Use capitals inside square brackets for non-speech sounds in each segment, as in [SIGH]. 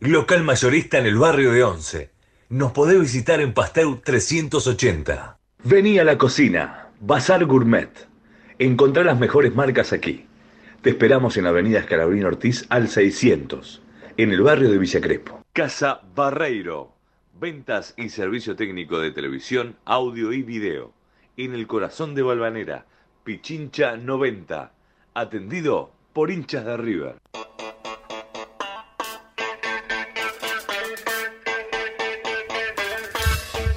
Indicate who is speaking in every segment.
Speaker 1: local mayorista en el barrio de Once. Nos podés visitar en Pasteur 380. Vení a la cocina, Bazar Gourmet. Encontrá las mejores marcas aquí. Te esperamos en Avenida Escalabrino Ortiz al 600, en el barrio de Villa Crespo.
Speaker 2: Casa Barreiro. Ventas y servicio técnico de televisión, audio y video. En el corazón de Balvanera, Pichincha 90. Atendido por hinchas de River.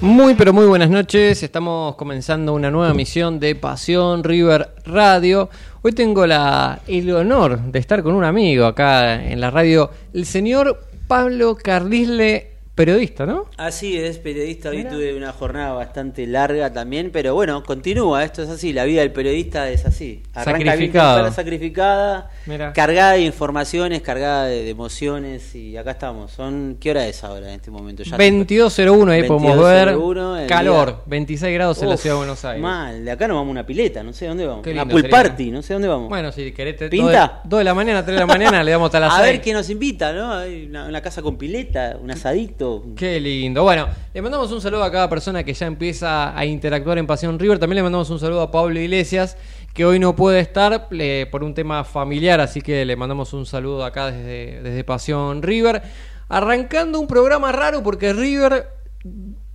Speaker 3: Muy pero muy buenas noches, estamos comenzando una nueva misión de Pasión River Radio. Hoy tengo la, el honor de estar con un amigo acá en la radio, el señor Pablo Carlisle, periodista, ¿no?
Speaker 4: Así es, periodista. Hoy tuve una jornada bastante larga también, pero bueno, continúa. Esto es así. La vida del periodista es así. bien con
Speaker 3: Sacrificado.
Speaker 4: cara sacrificada,
Speaker 3: Mirá.
Speaker 4: cargada de informaciones, cargada de, de emociones. Y acá estamos. Son ¿Qué hora es ahora en este momento? Ya
Speaker 3: 2201, ahí podemos ver
Speaker 4: 22.01, el
Speaker 3: calor,
Speaker 4: día.
Speaker 3: 26 grados en la
Speaker 4: Uf,
Speaker 3: ciudad de Buenos Aires.
Speaker 4: Mal. De acá nos vamos a una pileta. No sé dónde vamos.
Speaker 3: Qué
Speaker 4: Una
Speaker 3: lindo
Speaker 4: pool
Speaker 3: sería.
Speaker 4: party. No sé dónde vamos.
Speaker 3: Bueno, si querés, te- dos
Speaker 4: ¿Pinta?
Speaker 3: de- dos de la mañana, 3 de la mañana, le damos hasta las
Speaker 4: a ver
Speaker 3: seis.
Speaker 4: qué nos invita, ¿no? Hay Una, una casa con pileta, un asadito.
Speaker 3: Qué lindo. Bueno, le mandamos un saludo a cada persona que ya empieza a interactuar en Pasión River. También le mandamos un saludo a Pablo Iglesias, que hoy no puede estar eh, por un tema familiar, así que le mandamos un saludo acá desde, desde Pasión River. Arrancando un programa raro porque River...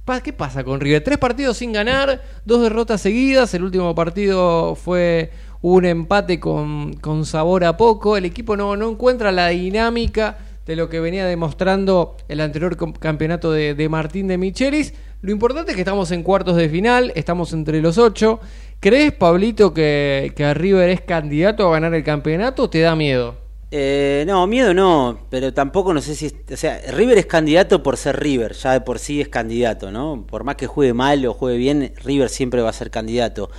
Speaker 3: pa- ¿Qué pasa con River? Tres partidos sin ganar, dos derrotas seguidas, el último partido fue un empate con, con sabor a poco, el equipo no, no encuentra la dinámica de lo que venía demostrando el anterior com- campeonato de, de Martín de Michelis. Lo importante es que estamos en cuartos de final, estamos entre los ocho. ¿Crees, Pablito, que, que River es candidato a ganar el campeonato o te da miedo?
Speaker 4: Eh, no, miedo no, pero tampoco no sé si. es- o sea, River es candidato por ser River, ya de por sí es candidato, ¿no? Por más que juegue mal o juegue bien, River siempre va a ser candidato.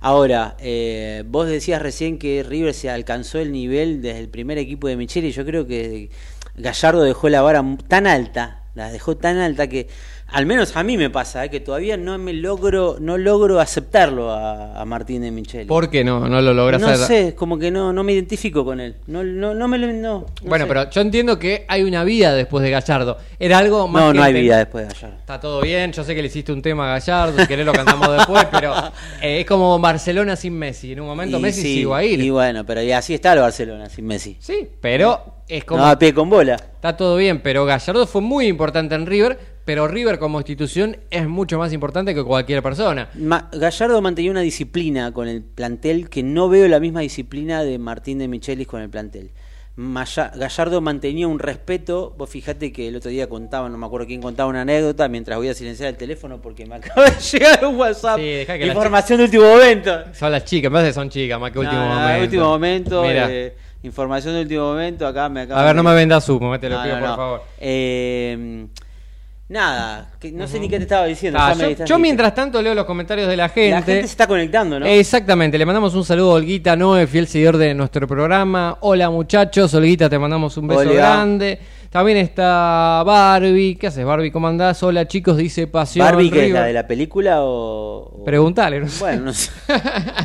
Speaker 4: Ahora, eh, vos decías recién que River se alcanzó el nivel desde el primer equipo de Michel y yo creo que Gallardo dejó la vara mu- tan alta, la dejó tan alta que al menos a mí me pasa, eh, que todavía no me logro, no logro aceptarlo a, a Martín de Michel.
Speaker 3: ¿Por qué no, no lo logras
Speaker 4: No sé, como que no, no me identifico con él. No, no, no me lo. No, no
Speaker 3: Bueno,
Speaker 4: sé.
Speaker 3: pero yo entiendo que hay una vida después de Gallardo. Era algo más
Speaker 4: No,
Speaker 3: que
Speaker 4: no hay
Speaker 3: inten-
Speaker 4: vida después de ayer.
Speaker 3: Está todo bien, yo sé que le hiciste un tema a Gallardo, si querés lo cantamos
Speaker 4: [LAUGHS]
Speaker 3: después, pero eh, es como Barcelona sin Messi. En un momento
Speaker 4: Y
Speaker 3: Messi
Speaker 4: sí,
Speaker 3: se iba a ir.
Speaker 4: Y bueno, pero y así está el Barcelona sin Messi.
Speaker 3: Sí, pero es como
Speaker 4: No, a pie con bola.
Speaker 3: Está todo bien, pero Gallardo fue muy importante en River, pero River como institución es mucho más importante que cualquier persona.
Speaker 4: Ma- Gallardo mantenía una disciplina con el plantel que no veo la misma disciplina de Martín de Michelis con el plantel. Maya- Gallardo mantenía un respeto. Vos fijate que el otro día contaban, no me acuerdo quién contaba una anécdota mientras voy a silenciar el teléfono porque me [LAUGHS] acaba de llegar un WhatsApp.
Speaker 3: Sí, dejá que la
Speaker 4: Información de último momento.
Speaker 3: Son las chicas, me parece que son chicas más que último
Speaker 4: No, no,
Speaker 3: momento.
Speaker 4: último momento,
Speaker 3: Mira,
Speaker 4: eh, información de último momento, acá me acaba
Speaker 3: a ver, no me vendas humo, te lo
Speaker 4: No,
Speaker 3: pido
Speaker 4: no,
Speaker 3: por
Speaker 4: no.
Speaker 3: favor.
Speaker 4: Eh, nada, que no sé ni qué te estaba diciendo.
Speaker 3: Ah,
Speaker 4: ya me
Speaker 3: yo,
Speaker 4: distraje.
Speaker 3: yo mientras tanto leo los comentarios de la gente. Eh,
Speaker 4: La gente se está conectando, ¿no?
Speaker 3: Exactamente, le mandamos un saludo a Olguita Noe, fiel seguidor de nuestro programa. Hola muchachos, Olguita, te mandamos un beso
Speaker 4: Hola.
Speaker 3: grande. También está Barbie, ¿qué haces Barbie? ¿Cómo andás? Hola chicos, dice Pasión
Speaker 4: Barbie, que es
Speaker 3: River.
Speaker 4: la de la película o. o-
Speaker 3: Preguntale, no sé.
Speaker 4: Bueno, no sé.
Speaker 3: [LAUGHS]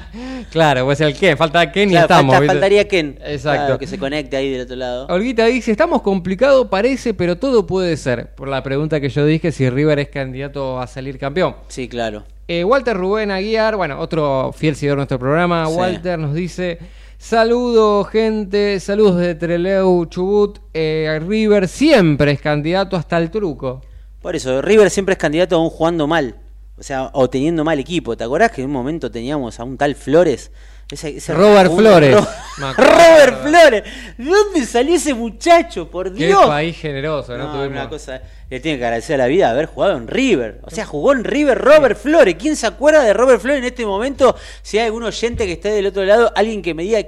Speaker 3: claro, pues el Ken, falta Ken y
Speaker 4: Claro,
Speaker 3: estamos.
Speaker 4: falta-
Speaker 3: ¿viste?
Speaker 4: faltaría Ken.
Speaker 3: Exacto.
Speaker 4: Claro, que se conecte ahí del otro lado.
Speaker 3: Olguita dice, estamos complicado, parece, pero todo puede ser. Por la pregunta que yo dije, si River es candidato a salir campeón.
Speaker 4: Sí, claro.
Speaker 3: Eh, Walter Rubén Aguiar, bueno, otro fiel seguidor de nuestro programa,
Speaker 4: Sí.
Speaker 3: Walter nos dice, saludos gente, saludos de Treleu, Chubut, eh, River siempre es candidato hasta el truco.
Speaker 4: Por eso, River siempre es candidato aún jugando mal. O sea, o teniendo mal equipo. ¿Te acordás que en un momento teníamos a un tal Flores? Ese- ese
Speaker 3: Robert
Speaker 4: un-
Speaker 3: Flores.
Speaker 4: Ro- [LAUGHS]
Speaker 3: Me acuerdo.
Speaker 4: Robert Flores. ¿De dónde salió ese muchacho? Por
Speaker 3: Qué
Speaker 4: Dios.
Speaker 3: país generoso, ¿no?
Speaker 4: No,
Speaker 3: Tuvimos-
Speaker 4: una cosa, le tiene que agradecer a la vida haber jugado en River. O sea, jugó en River Robert Flores. ¿Quién se acuerda de Robert Flores en este momento? Si hay algún oyente que esté del otro lado, alguien que me diga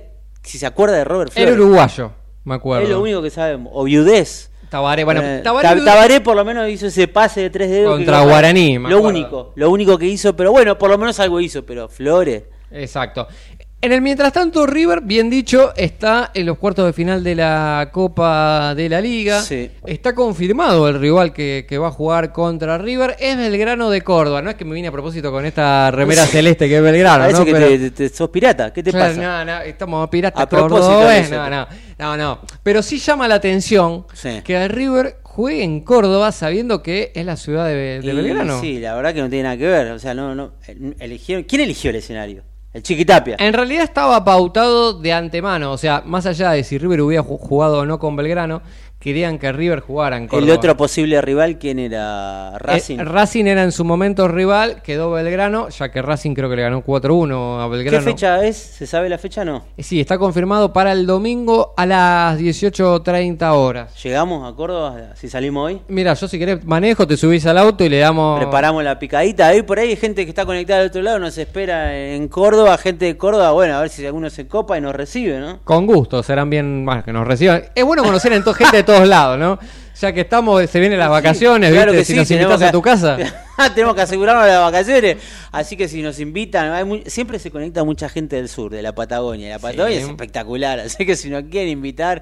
Speaker 4: si se acuerda de Robert
Speaker 3: Era
Speaker 4: Flores.
Speaker 3: uruguayo, me acuerdo.
Speaker 4: Es lo único que sabemos. O viudez.
Speaker 3: Tabaré, bueno,
Speaker 4: Eh,
Speaker 3: Tabaré
Speaker 4: Ta-
Speaker 3: lo-
Speaker 4: Tabaré por lo menos hizo ese pase de tres dedos.
Speaker 3: Contra
Speaker 4: que lo-
Speaker 3: Guaraní, me
Speaker 4: Lo
Speaker 3: acuerdo.
Speaker 4: único, lo único que hizo, pero bueno, por lo menos algo hizo, pero Flores.
Speaker 3: Exacto. En el mientras tanto, River, bien dicho, está en los cuartos de final de la Copa de la Liga.
Speaker 4: Sí.
Speaker 3: Está confirmado el rival que, que va a jugar contra River. Es Belgrano de Córdoba. No es que me vine a propósito con esta remera celeste que es Belgrano,
Speaker 4: Parece
Speaker 3: ¿no?
Speaker 4: que
Speaker 3: Pero-
Speaker 4: te, te- te- sos pirata, ¿qué te
Speaker 3: Claro,
Speaker 4: pasa?
Speaker 3: No, no, estamos piratas
Speaker 4: A propósito
Speaker 3: cordobés,
Speaker 4: de
Speaker 3: No,
Speaker 4: eso.
Speaker 3: no, no, no. Pero sí llama la atención
Speaker 4: Sí.
Speaker 3: que a River juegue en Córdoba sabiendo que es la ciudad de, de
Speaker 4: Y
Speaker 3: Belgrano.
Speaker 4: Sí, la verdad que no tiene nada que ver. O sea, no, no. el- eligieron- ¿Quién eligió el escenario? El Chiquitapia.
Speaker 3: En realidad estaba pautado de antemano, o sea, más allá de si River hubiera ju- jugado o no con Belgrano, querían que River jugara en
Speaker 4: El
Speaker 3: Córdoba.
Speaker 4: otro posible rival, ¿quién era? Racing.
Speaker 3: Eh, Racing era en su momento rival, quedó Belgrano, ya que Racing creo que le ganó 4-1 a
Speaker 4: ¿Qué
Speaker 3: Belgrano.
Speaker 4: fecha es? ¿Se sabe la fecha? No.
Speaker 3: Eh, Sí, está confirmado para el domingo a las 18.30 horas.
Speaker 4: ¿Llegamos a Córdoba si salimos hoy?
Speaker 3: Mira, yo si querés manejo, te subís al auto y le damos...
Speaker 4: Preparamos la picadita. Ahí por ahí hay gente que está conectada del otro lado, nos espera en Córdoba, gente de Córdoba. Bueno, a ver si alguno se copa y nos recibe, ¿no?
Speaker 3: Con gusto, serán bien más que nos reciban. Es bueno conocer a to- gente de todos lados, ¿no? Ya que estamos, se vienen las vacaciones,
Speaker 4: Sí, claro
Speaker 3: ¿viste?
Speaker 4: que
Speaker 3: si
Speaker 4: sí,
Speaker 3: nos
Speaker 4: tenemos
Speaker 3: invitas
Speaker 4: que- Ah,
Speaker 3: a tu
Speaker 4: [LAUGHS]
Speaker 3: casa.
Speaker 4: tenemos que asegurarnos las vacaciones. Así que si nos invitan, hay mu- siempre se conecta mucha gente del sur, de la Patagonia. La Patagonia es espectacular. [LAUGHS] Así que si nos quieren invitar,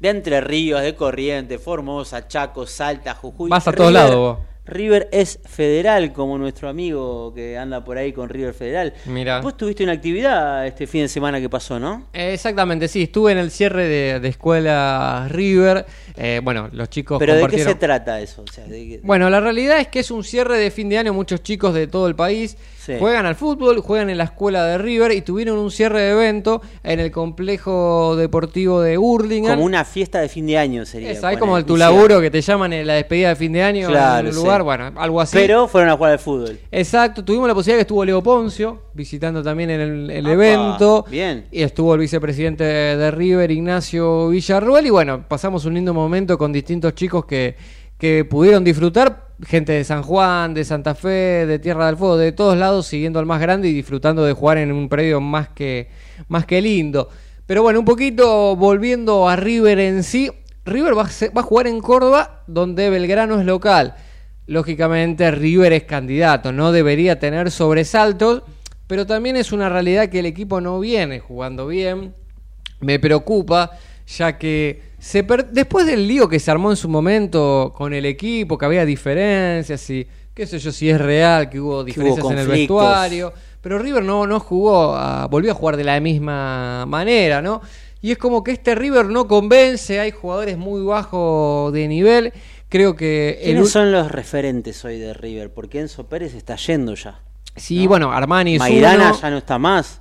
Speaker 4: de Entre Ríos, de Corrientes, Formosa, Chaco, Salta, Jujuy.
Speaker 3: Vas a todos lados vos.
Speaker 4: River es federal, como nuestro amigo que anda por ahí con River Federal.
Speaker 3: Mirá.
Speaker 4: Vos tuviste una actividad este fin de semana que pasó, ¿no?
Speaker 3: Eh, Exactamente, sí, estuve en el cierre de, de Escuela River. Eh, bueno, los chicos
Speaker 4: Pero ¿de qué
Speaker 3: compartieron-
Speaker 4: se trata eso? O sea, ¿de qué-
Speaker 3: Bueno, la realidad es que es un cierre de fin de año. Muchos chicos de todo el país
Speaker 4: Sí.
Speaker 3: juegan al fútbol, juegan en la escuela de River y tuvieron un cierre de evento en el complejo deportivo de Hurlingham.
Speaker 4: como una fiesta de fin de año sería.
Speaker 3: Esa, es
Speaker 4: ponele,
Speaker 3: como el tu
Speaker 4: un cierre.
Speaker 3: laburo que te llaman en la despedida de fin de año en
Speaker 4: Claro,
Speaker 3: un
Speaker 4: sí.
Speaker 3: lugar, bueno, algo así.
Speaker 4: Pero fueron a jugar al fútbol.
Speaker 3: Exacto, tuvimos la posibilidad que estuvo Leo Poncio visitando también en el, el
Speaker 4: Apa,
Speaker 3: evento.
Speaker 4: bien.
Speaker 3: Y estuvo el vicepresidente de River, Ignacio Villarruel. Y bueno, pasamos un lindo momento con distintos chicos que, que pudieron disfrutar. Gente de San Juan, de Santa Fe, de Tierra del Fuego, de todos lados, siguiendo al más grande y disfrutando de jugar en un predio más que, más que lindo. Pero bueno, un poquito volviendo a River en sí. River va a, ser- va a jugar en Córdoba, donde Belgrano es local. Lógicamente River es candidato, no debería tener sobresaltos, pero también es una realidad que el equipo no viene jugando bien. Me preocupa, ya que se per- después del lío que se armó en su momento con el equipo, que había diferencias y qué sé yo si es real, que hubo diferencias en el
Speaker 4: conflictos.
Speaker 3: vestuario, pero River no, no jugó, a- volvió a jugar de la misma manera, ¿no? Y es como que este River no convence, hay jugadores muy bajos de nivel. Creo que el
Speaker 4: ¿Quiénes
Speaker 3: ul-
Speaker 4: son los referentes hoy de River? Porque Enzo Pérez está yendo ya.
Speaker 3: Sí, bueno, Armani es
Speaker 4: Maidana
Speaker 3: uno.
Speaker 4: ya no está más.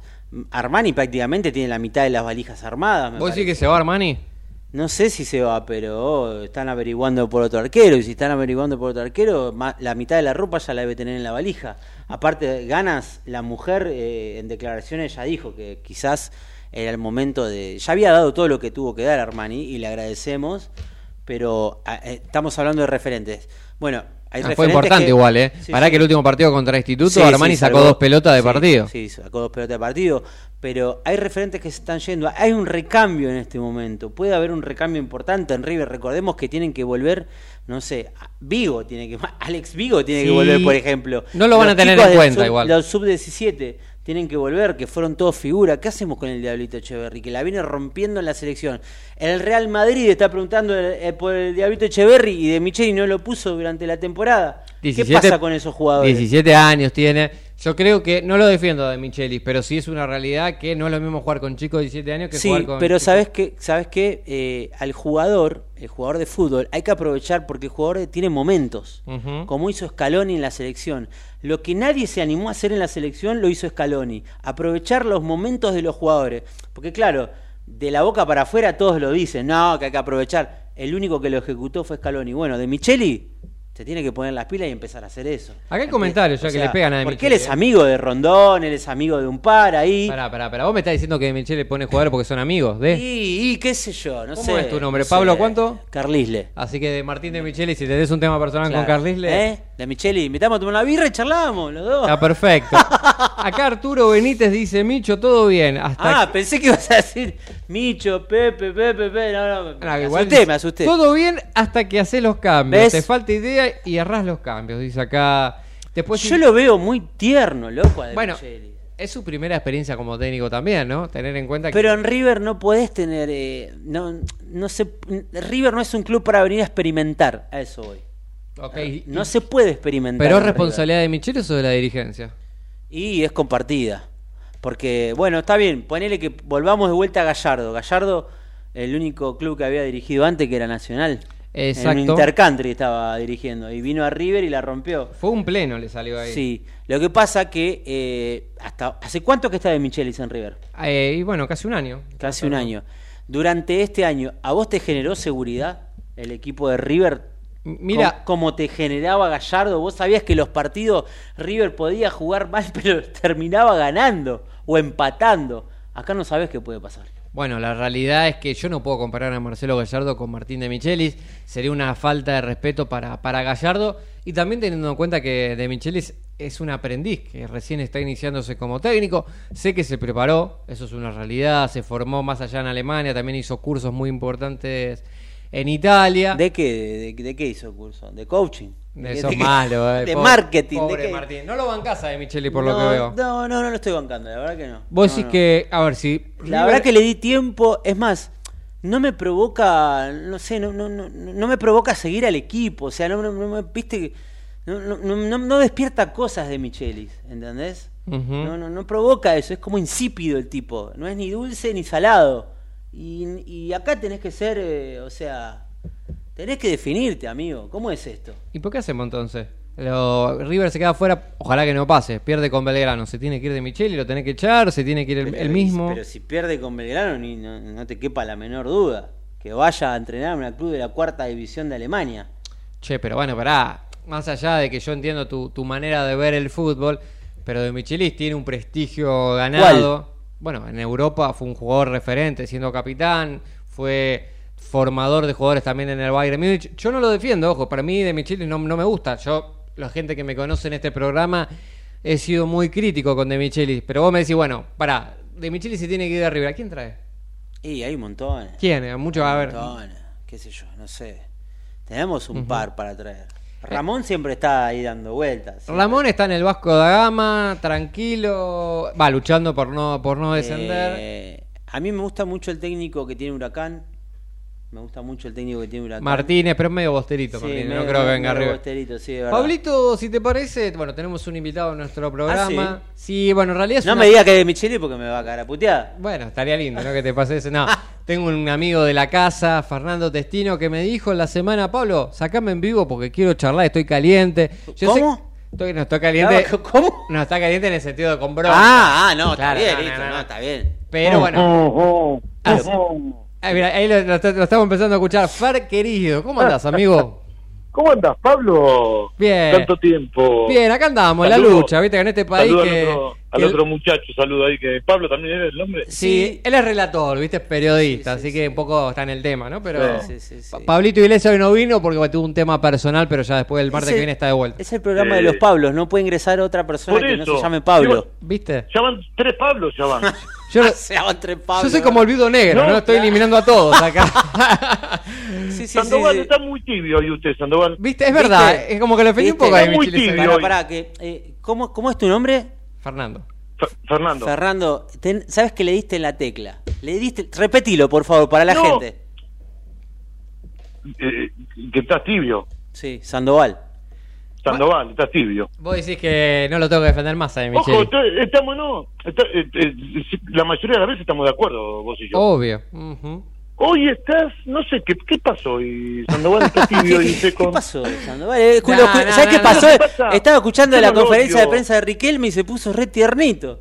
Speaker 4: Armani prácticamente tiene la mitad de las valijas armadas. me
Speaker 3: ¿Vos decís
Speaker 4: parece.
Speaker 3: que se va Armani?
Speaker 4: No sé si se va, pero oh, están averiguando por otro arquero. Y si están averiguando por otro arquero, ma- la mitad de la ropa ya la debe tener en la valija. Aparte, Ganas, la mujer, eh, en declaraciones ya dijo que quizás era el momento de... Ya había dado todo lo que tuvo que dar Armani y le agradecemos, pero ah, eh, estamos hablando de referentes. Bueno, hay
Speaker 3: Ah, fue
Speaker 4: referentes
Speaker 3: importante
Speaker 4: que-
Speaker 3: igual, ¿eh?
Speaker 4: Sí,
Speaker 3: Pará
Speaker 4: sí.
Speaker 3: que el último partido contra Instituto,
Speaker 4: Sí,
Speaker 3: Armani
Speaker 4: sí,
Speaker 3: sacó
Speaker 4: salvó-
Speaker 3: dos pelotas de
Speaker 4: sí,
Speaker 3: partido.
Speaker 4: Sí, sacó dos pelotas de partido. Pero hay referentes que se están yendo. Hay un recambio en este momento. Puede haber un recambio importante en River. Recordemos que tienen que volver, no sé, a- Vigo tiene que. [LAUGHS] Alex Vigo tiene
Speaker 3: Sí.
Speaker 4: que volver, por ejemplo.
Speaker 3: No lo van a
Speaker 4: Los
Speaker 3: tener
Speaker 4: chicos
Speaker 3: en
Speaker 4: del
Speaker 3: cuenta
Speaker 4: sub-
Speaker 3: igual.
Speaker 4: Los sub-17 tienen que volver, que fueron todos figuras. ¿Qué hacemos con el Diablito Echeverry? Que la viene rompiendo en la selección. El Real Madrid está preguntando eh, por el Diablito Echeverry y de Micheli no lo puso durante la temporada. ¿Qué
Speaker 3: 17
Speaker 4: pasa con esos jugadores?
Speaker 3: 17 años tiene. Yo creo que, no lo defiendo de Michelis, pero sí es una realidad que no es lo mismo jugar con chicos de 17 años que
Speaker 4: Sí,
Speaker 3: jugar con.
Speaker 4: pero
Speaker 3: chicos-
Speaker 4: sabes que sabes que al jugador, el jugador de fútbol, hay que aprovechar porque el jugador tiene momentos,
Speaker 3: Ujú.
Speaker 4: como hizo Scaloni en la selección. Lo que nadie se animó a hacer en la selección lo hizo Scaloni, aprovechar los momentos de los jugadores, porque claro, de la boca para afuera todos lo dicen, no, que hay que aprovechar. El único que lo ejecutó fue Scaloni. Bueno, de Micheli se tiene que poner las pilas y empezar a hacer eso.
Speaker 3: Acá hay comentarios ya que le pegan a De
Speaker 4: Porque él
Speaker 3: Micheli,
Speaker 4: es
Speaker 3: eh.
Speaker 4: amigo de Rondón, él es amigo de un par ahí.
Speaker 3: Pará, pará, pará. Vos me estás diciendo que Michelis pone jugadores porque son amigos de.
Speaker 4: Y, y qué sé yo, no
Speaker 3: ¿Cómo
Speaker 4: sé.
Speaker 3: es tu nombre?
Speaker 4: no
Speaker 3: ¿Pablo
Speaker 4: sé.
Speaker 3: cuánto?
Speaker 4: Carlisle.
Speaker 3: Así que de Martín de Michelis, si tenés un tema personal
Speaker 4: Claro.
Speaker 3: con Carlisle.
Speaker 4: ¿Eh? La Micheli, invitamos a tomar una birra y charlamos, los dos.
Speaker 3: Está
Speaker 4: [LAUGHS]
Speaker 3: perfecto. Acá Arturo Benítez dice, Micho, todo bien. Hasta
Speaker 4: Ah, pensé que ibas a decir Micho, Pepe, Pepe, Pepe. No, no, me,
Speaker 3: Ah,
Speaker 4: me
Speaker 3: igual
Speaker 4: asusté,
Speaker 3: dice,
Speaker 4: me asusté.
Speaker 3: Todo bien hasta que haces los cambios.
Speaker 4: ¿Ves?
Speaker 3: Te falta idea y errás los cambios, dice acá. Después
Speaker 4: Yo lo veo muy tierno, loco, a De
Speaker 3: Bueno,
Speaker 4: Micheli.
Speaker 3: es su primera experiencia como técnico también, ¿no? Tener en cuenta que
Speaker 4: Pero en River no podés tener. eh, no, no se, River no es un club para venir a experimentar. A eso voy.
Speaker 3: Ok,
Speaker 4: No se puede experimentar.
Speaker 3: pero es
Speaker 4: en River.
Speaker 3: responsabilidad de Michel o de la dirigencia.
Speaker 4: Y es compartida. Porque, bueno, está bien, ponele que volvamos de vuelta a Gallardo. Gallardo, el único club que había dirigido antes, que era Nacional. En
Speaker 3: Exacto.
Speaker 4: un Intercountry estaba dirigiendo. Y vino a River y la rompió.
Speaker 3: Fue un pleno le salió ahí.
Speaker 4: Sí. Lo que pasa que. eh, hasta ¿Hace cuánto que está de Michelis en River?
Speaker 3: Eh, y bueno, casi un año.
Speaker 4: Casi un año. Durante este año, ¿a vos te generó seguridad el equipo de River?
Speaker 3: M- Mira,
Speaker 4: Co- como te generaba Gallardo, vos sabías que los partidos River podía jugar mal, [LAUGHS] pero terminaba ganando o empatando. Acá no sabés qué puede pasar.
Speaker 3: bueno, la realidad es que yo no puedo comparar a Marcelo Gallardo con Martín de Michelis. Sería una falta de respeto para, para Gallardo. Y también teniendo en cuenta que de Michelis es un aprendiz que recién está iniciándose como técnico. Sé que se preparó, eso es una realidad. Se formó más allá en Alemania, también hizo cursos muy importantes en Italia.
Speaker 4: ¿De qué, de, de qué hizo el curso? ¿De coaching?
Speaker 3: Ah. De
Speaker 4: qué-
Speaker 3: Eso
Speaker 4: de
Speaker 3: es
Speaker 4: qué-
Speaker 3: malo, eh.
Speaker 4: [LAUGHS] De
Speaker 3: Pobre-
Speaker 4: marketing. ¿de
Speaker 3: Pobre
Speaker 4: qué?
Speaker 3: Martín. No lo bancás a De Micheli por
Speaker 4: no,
Speaker 3: lo que veo.
Speaker 4: No, no, no lo estoy bancando, la verdad que no.
Speaker 3: Vos
Speaker 4: No,
Speaker 3: decís
Speaker 4: no.
Speaker 3: que, a ver, si.
Speaker 4: La verdad que le di tiempo, es más, no me provoca, no sé, no, no, no, no me provoca seguir al equipo, o sea, no, no- no me- viste, no, no, no- no- no despierta cosas de Michelis, ¿entendés?
Speaker 3: Ujú.
Speaker 4: no, no, no provoca eso, es como insípido el tipo, no es ni dulce ni salado. Y, y acá tenés que ser, eh, o sea, tenés que definirte, amigo, ¿cómo es esto?
Speaker 3: ¿Y por qué hacemos entonces? Lo- River se queda fuera, ojalá que no pase. Pierde con Belgrano. Se tiene que ir de Micheli, lo tenés que echar, se tiene que ir el, el
Speaker 4: Pero-
Speaker 3: mismo.
Speaker 4: Pero si pierde con Belgrano, ni- no, no te quepa la menor duda. Que vaya a entrenar a un club de la cuarta división de Alemania.
Speaker 3: Che, pero bueno, pará. Más allá de que yo entiendo tu, tu manera de ver el fútbol, pero de Michelis tiene un prestigio ganado. Bueno, en Europa fue un jugador referente, siendo capitán, fue formador de jugadores también en el Bayern Múnich. Yo no lo defiendo, ojo, para mí de Michelis no, no me gusta. Yo, la gente que me conoce en este programa, he sido muy crítico con de Michelis. Pero vos me decís, bueno, pará, de Michelis se tiene que ir de arriba. ¿Quién trae?
Speaker 4: Y hay un montón.
Speaker 3: ¿Quién? Mucho, a ver.
Speaker 4: Montones, qué sé yo, no sé. Tenemos un par para traer. Ramón siempre está ahí dando vueltas. siempre.
Speaker 3: Eh. Ramón está en el Vasco da Gama, tranquilo, va luchando por no, por no
Speaker 4: Eh,
Speaker 3: descender.
Speaker 4: a mí me gusta mucho el técnico que tiene Huracán. Me gusta mucho el técnico que tiene Huracán.
Speaker 3: Martínez, pero es medio bosterito,
Speaker 4: Sí,
Speaker 3: Martínez,
Speaker 4: medio-
Speaker 3: no creo que venga
Speaker 4: medio
Speaker 3: arriba.
Speaker 4: bosterito, sí, de verdad.
Speaker 3: Pablito, si te parece, bueno, tenemos un invitado en nuestro programa. sí? bueno, en realidad es
Speaker 4: Ah, No
Speaker 3: una-
Speaker 4: me diga que es de Micheli porque me va a cagar a puteada.
Speaker 3: Bueno, estaría lindo, ¿no? Que te pase eso.
Speaker 4: [LAUGHS]
Speaker 3: No, tengo un amigo de la casa, Fernando Testino, que me dijo en la semana, Pablo, sacame en vivo porque quiero charlar, estoy caliente. Yo sé-
Speaker 4: ¿Cómo?
Speaker 3: Estoy, no, estoy caliente.
Speaker 4: Claro, ¿cómo?
Speaker 3: No, está caliente en el sentido de con bronca.
Speaker 4: Ah, ah, no,
Speaker 3: Claro,
Speaker 4: está bien,
Speaker 3: no, no,
Speaker 4: listo,
Speaker 3: no,
Speaker 4: no,
Speaker 3: no.
Speaker 4: está bien.
Speaker 3: Pero
Speaker 5: Oh,
Speaker 3: bueno. Ah, ah, mira, ahí lo, lo está- lo estamos empezando a escuchar. Fer, querido,
Speaker 5: Ah.
Speaker 3: ¿cómo andás,
Speaker 5: [LAUGHS]
Speaker 3: amigo?
Speaker 5: ¿Cómo andas, Pablo?
Speaker 3: Bien.
Speaker 5: Tanto tiempo.
Speaker 3: Bien, acá andamos, en la
Speaker 5: Saludo.
Speaker 3: lucha, viste, que en este país
Speaker 5: Saludo
Speaker 3: que...
Speaker 5: al, otro, al
Speaker 3: que-
Speaker 5: otro muchacho, saludo ahí, que Pablo también era el nombre.
Speaker 3: Sí, él es relator, viste, es periodista,
Speaker 4: Sí, sí,
Speaker 3: así que un poco está en el tema, ¿no? Pero
Speaker 4: Sí, sí, sí,
Speaker 3: Pa-
Speaker 4: sí.
Speaker 3: Pablito Iglesias hoy no vino porque tuvo un tema personal, pero ya después del martes
Speaker 4: Es el-
Speaker 3: que viene está de vuelta.
Speaker 4: Es el programa de los
Speaker 5: Eh,
Speaker 4: Pablos, no puede ingresar otra persona
Speaker 5: por
Speaker 4: que no se
Speaker 5: eso.
Speaker 4: llame Pablo. Ah,
Speaker 5: Digo-
Speaker 3: ¿Viste?
Speaker 5: Ya van tres Pablos,
Speaker 3: [LAUGHS]
Speaker 5: ya van.
Speaker 4: [LAUGHS]
Speaker 3: Yo,
Speaker 4: Se llaman tres
Speaker 3: yo
Speaker 4: Pablos.
Speaker 3: soy como el viudo negro, ¿no?
Speaker 5: No,
Speaker 3: Estoy
Speaker 5: claro.
Speaker 3: eliminando a todos acá.
Speaker 4: [LAUGHS] Sí, sí, sí,
Speaker 5: Sandoval
Speaker 4: sí.
Speaker 5: está muy tibio hoy usted, Sandoval.
Speaker 3: ¿Viste? Es verdad,
Speaker 4: ¿Viste?
Speaker 3: es como que lo defendí un
Speaker 4: ¿Viste?
Speaker 3: poco ahí,
Speaker 5: Está muy
Speaker 3: Michele,
Speaker 5: tibio.
Speaker 3: acá.
Speaker 4: Pará,
Speaker 5: hoy.
Speaker 4: pará, que, eh, ¿cómo, ¿cómo es tu nombre?
Speaker 3: Fernando.
Speaker 5: Fer- Fernando.
Speaker 4: Fernando, ten- sabes que le diste en la tecla. Le diste, repetilo, por favor, para la
Speaker 5: No.
Speaker 4: gente.
Speaker 5: Eh, que estás tibio.
Speaker 4: Sí, Sandoval.
Speaker 5: Sandoval, estás tibio.
Speaker 3: Vos decís que no lo tengo que defender más a
Speaker 5: Ojo,
Speaker 3: Michelle.
Speaker 5: te- estamos no. está- eh, eh, la mayoría de las veces estamos de acuerdo, vos y yo.
Speaker 3: Obvio. Ujú.
Speaker 5: Hoy estás, no sé, ¿qué, qué pasó hoy?
Speaker 3: [LAUGHS]
Speaker 5: Sandoval está tibio y
Speaker 4: ¿Qué,
Speaker 5: se con...
Speaker 4: pasó, Sandoval? Eh,
Speaker 3: No,
Speaker 4: lo-
Speaker 3: no,
Speaker 4: ¿Sabes
Speaker 3: no,
Speaker 4: qué
Speaker 3: no.
Speaker 4: pasó?
Speaker 5: ¿Qué pasa?
Speaker 4: Estaba escuchando
Speaker 5: Yo
Speaker 4: la
Speaker 5: no lo
Speaker 4: conferencia
Speaker 5: odio.
Speaker 4: de prensa de Riquelme y se puso re tiernito.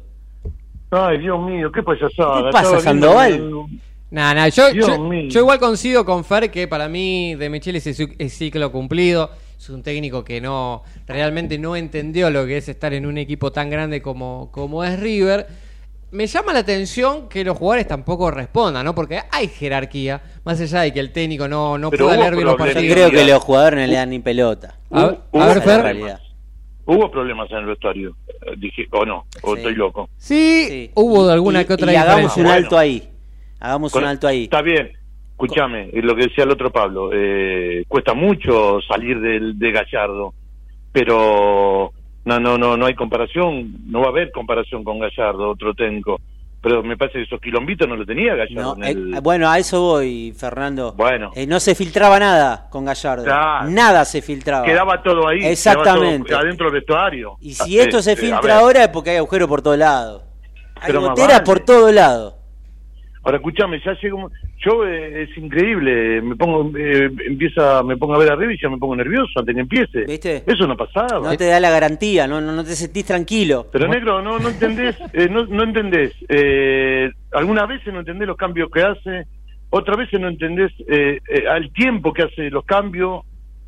Speaker 5: Ay, Dios mío, qué payasada.
Speaker 4: ¿Qué pasa,
Speaker 5: Estaba viendo-
Speaker 4: Sandoval?
Speaker 3: Nah, nah, yo,
Speaker 5: Dios
Speaker 3: yo,
Speaker 5: mío.
Speaker 3: yo igual coincido con Fer que para mí De Michelis es, un- es ciclo cumplido. Es un técnico que no realmente no entendió lo que es estar en un equipo tan grande como, como es River. me llama la atención que los jugadores tampoco respondan, ¿no? Porque hay jerarquía, más allá de que el técnico no, no
Speaker 5: Pero
Speaker 3: pueda
Speaker 5: hubo
Speaker 3: leer bien los
Speaker 5: problemas.
Speaker 3: partidos.
Speaker 5: Yo
Speaker 4: creo que los jugadores no le dan ni pelota.
Speaker 3: A, ver- a ver,
Speaker 4: Esa es la
Speaker 5: Fer.
Speaker 4: realidad.
Speaker 5: Hubo problemas en el vestuario, eh, dije, o no, o
Speaker 4: Sí.
Speaker 5: estoy loco.
Speaker 3: Sí,
Speaker 4: Sí.
Speaker 3: hubo de alguna
Speaker 4: Y-
Speaker 3: que otra
Speaker 4: Y hagamos
Speaker 3: diferencia.
Speaker 4: un
Speaker 5: Bueno.
Speaker 4: alto ahí. Hagamos
Speaker 5: Con-
Speaker 4: un alto ahí.
Speaker 5: Está bien, escúchame, y lo que decía el otro Pablo, eh, cuesta mucho salir del, de Gallardo, pero no, no, no, no hay comparación, no va a haber comparación con Gallardo, otro técnico, pero me parece que esos quilombitos no lo tenía Gallardo.
Speaker 4: No,
Speaker 5: en el-
Speaker 4: eh, bueno, a eso voy, Fernando.
Speaker 5: Bueno.
Speaker 4: Eh, no se filtraba nada con Gallardo.
Speaker 5: Claro.
Speaker 4: Nada se filtraba.
Speaker 5: quedaba todo ahí, quedaba
Speaker 4: Exactamente.
Speaker 5: todo adentro del vestuario.
Speaker 4: Y si esto
Speaker 5: Eh,
Speaker 4: se
Speaker 5: eh, a
Speaker 4: filtra
Speaker 5: ver.
Speaker 4: ahora es porque hay agujero por todo lado. Hay
Speaker 5: Pero más
Speaker 4: goteras
Speaker 5: vale.
Speaker 4: por todo lado.
Speaker 5: Ahora escúchame, ya llego, un- yo eh, es increíble, me pongo, eh, empieza, me pongo a ver arriba y ya me pongo nervioso antes que empiece.
Speaker 4: ¿Viste?
Speaker 5: Eso no eh. pasaba.
Speaker 4: No te da la garantía, no, no, no te sentís tranquilo.
Speaker 5: Pero negro, no, no entendés, eh, no, no entendés. Eh, algunas veces no entendés los cambios que hace, otras veces no entendés eh, eh, al tiempo que hace los cambios.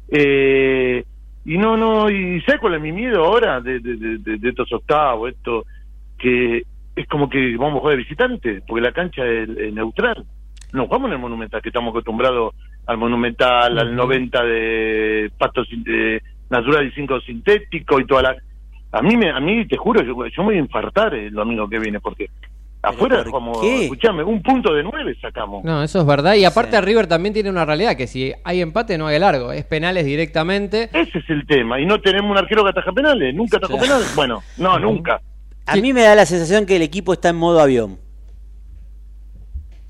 Speaker 5: eh, y no, no, y ¿sabes cuál es mi miedo ahora de, de- de- de- de estos octavos? Esto, que es como que vamos a jugar de visitante, porque la cancha es, es neutral. No jugamos en el Monumental, que estamos acostumbrados al Monumental, al 90 de pasto sin- de natural y 5 sintético y toda la... A mí, me, a mí te juro, yo, yo me voy a infartar el domingo que viene, porque afuera
Speaker 4: por
Speaker 5: jugamos,
Speaker 4: qué?
Speaker 5: escuchame, un punto de nueve sacamos.
Speaker 3: No, eso es verdad. Y aparte
Speaker 4: Sí.
Speaker 3: River también tiene una realidad, que si hay empate no hay largo, es penales directamente.
Speaker 5: Ese es el tema, y no tenemos un arquero que ataja penales, nunca atajó penales. Bueno, no, nunca.
Speaker 4: A mí me da la sensación que el equipo está en modo avión.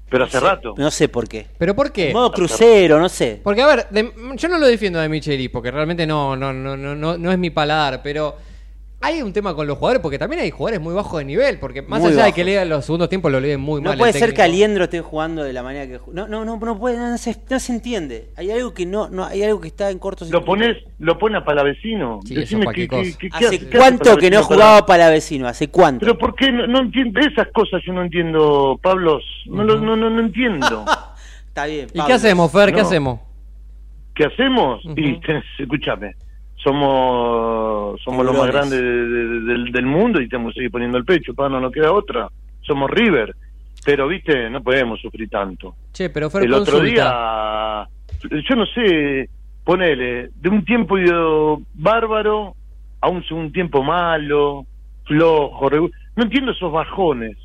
Speaker 5: Pero hace rato.
Speaker 4: No sé por qué.
Speaker 3: Eh, ¿Pero por qué?
Speaker 4: Modo crucero, no sé.
Speaker 3: Porque, a ver, de- yo no lo defiendo de Micheli, porque realmente no, no, no, no, no, no es mi paladar, pero hay un tema con los jugadores, porque también hay jugadores muy bajos de nivel, porque más
Speaker 4: Muy
Speaker 3: allá de
Speaker 4: bajos.
Speaker 3: que lean los segundos tiempos, lo leen muy
Speaker 4: No
Speaker 3: mal. el
Speaker 4: puede ser
Speaker 3: técnico.
Speaker 4: que Aliendro esté jugando de la manera que ju- no no no no puede no, no se, no se entiende hay algo que no no hay algo que está en corto
Speaker 5: Lo
Speaker 4: circuito.
Speaker 5: pones, lo pone a Palavecino.
Speaker 3: Sí,
Speaker 5: Decime
Speaker 3: eso pa' qué
Speaker 5: qué-
Speaker 3: cosa.
Speaker 5: qué- qué- qué hace-
Speaker 4: hace
Speaker 5: qué hace
Speaker 4: cuánto que no
Speaker 5: Palavecino para-
Speaker 4: jugaba para vecino hace cuánto
Speaker 5: Pero ¿por qué no, no entiendo esas cosas? Yo no entiendo, Pablo. No, lo- no, no, no entiendo.
Speaker 4: está bien
Speaker 3: ¿Y qué
Speaker 4: Pablo.
Speaker 3: hacemos, Fer? ¿Qué
Speaker 5: No.
Speaker 3: hacemos?
Speaker 5: ¿Qué hacemos? Y [LAUGHS]
Speaker 3: Ujú.
Speaker 5: tenés- escúchame, somos somos los más
Speaker 4: Cabrones.
Speaker 5: grandes de- de- del, del mundo y tenemos que seguir poniendo el pecho, pa, no nos queda otra. Somos River, pero viste, no podemos sufrir tanto.
Speaker 3: Che, pero Fer,
Speaker 5: el
Speaker 3: consulta.
Speaker 5: otro día, yo no sé, ponele, de un tiempo ido bárbaro a un segundo tiempo malo, flojo, regu- no entiendo esos bajones,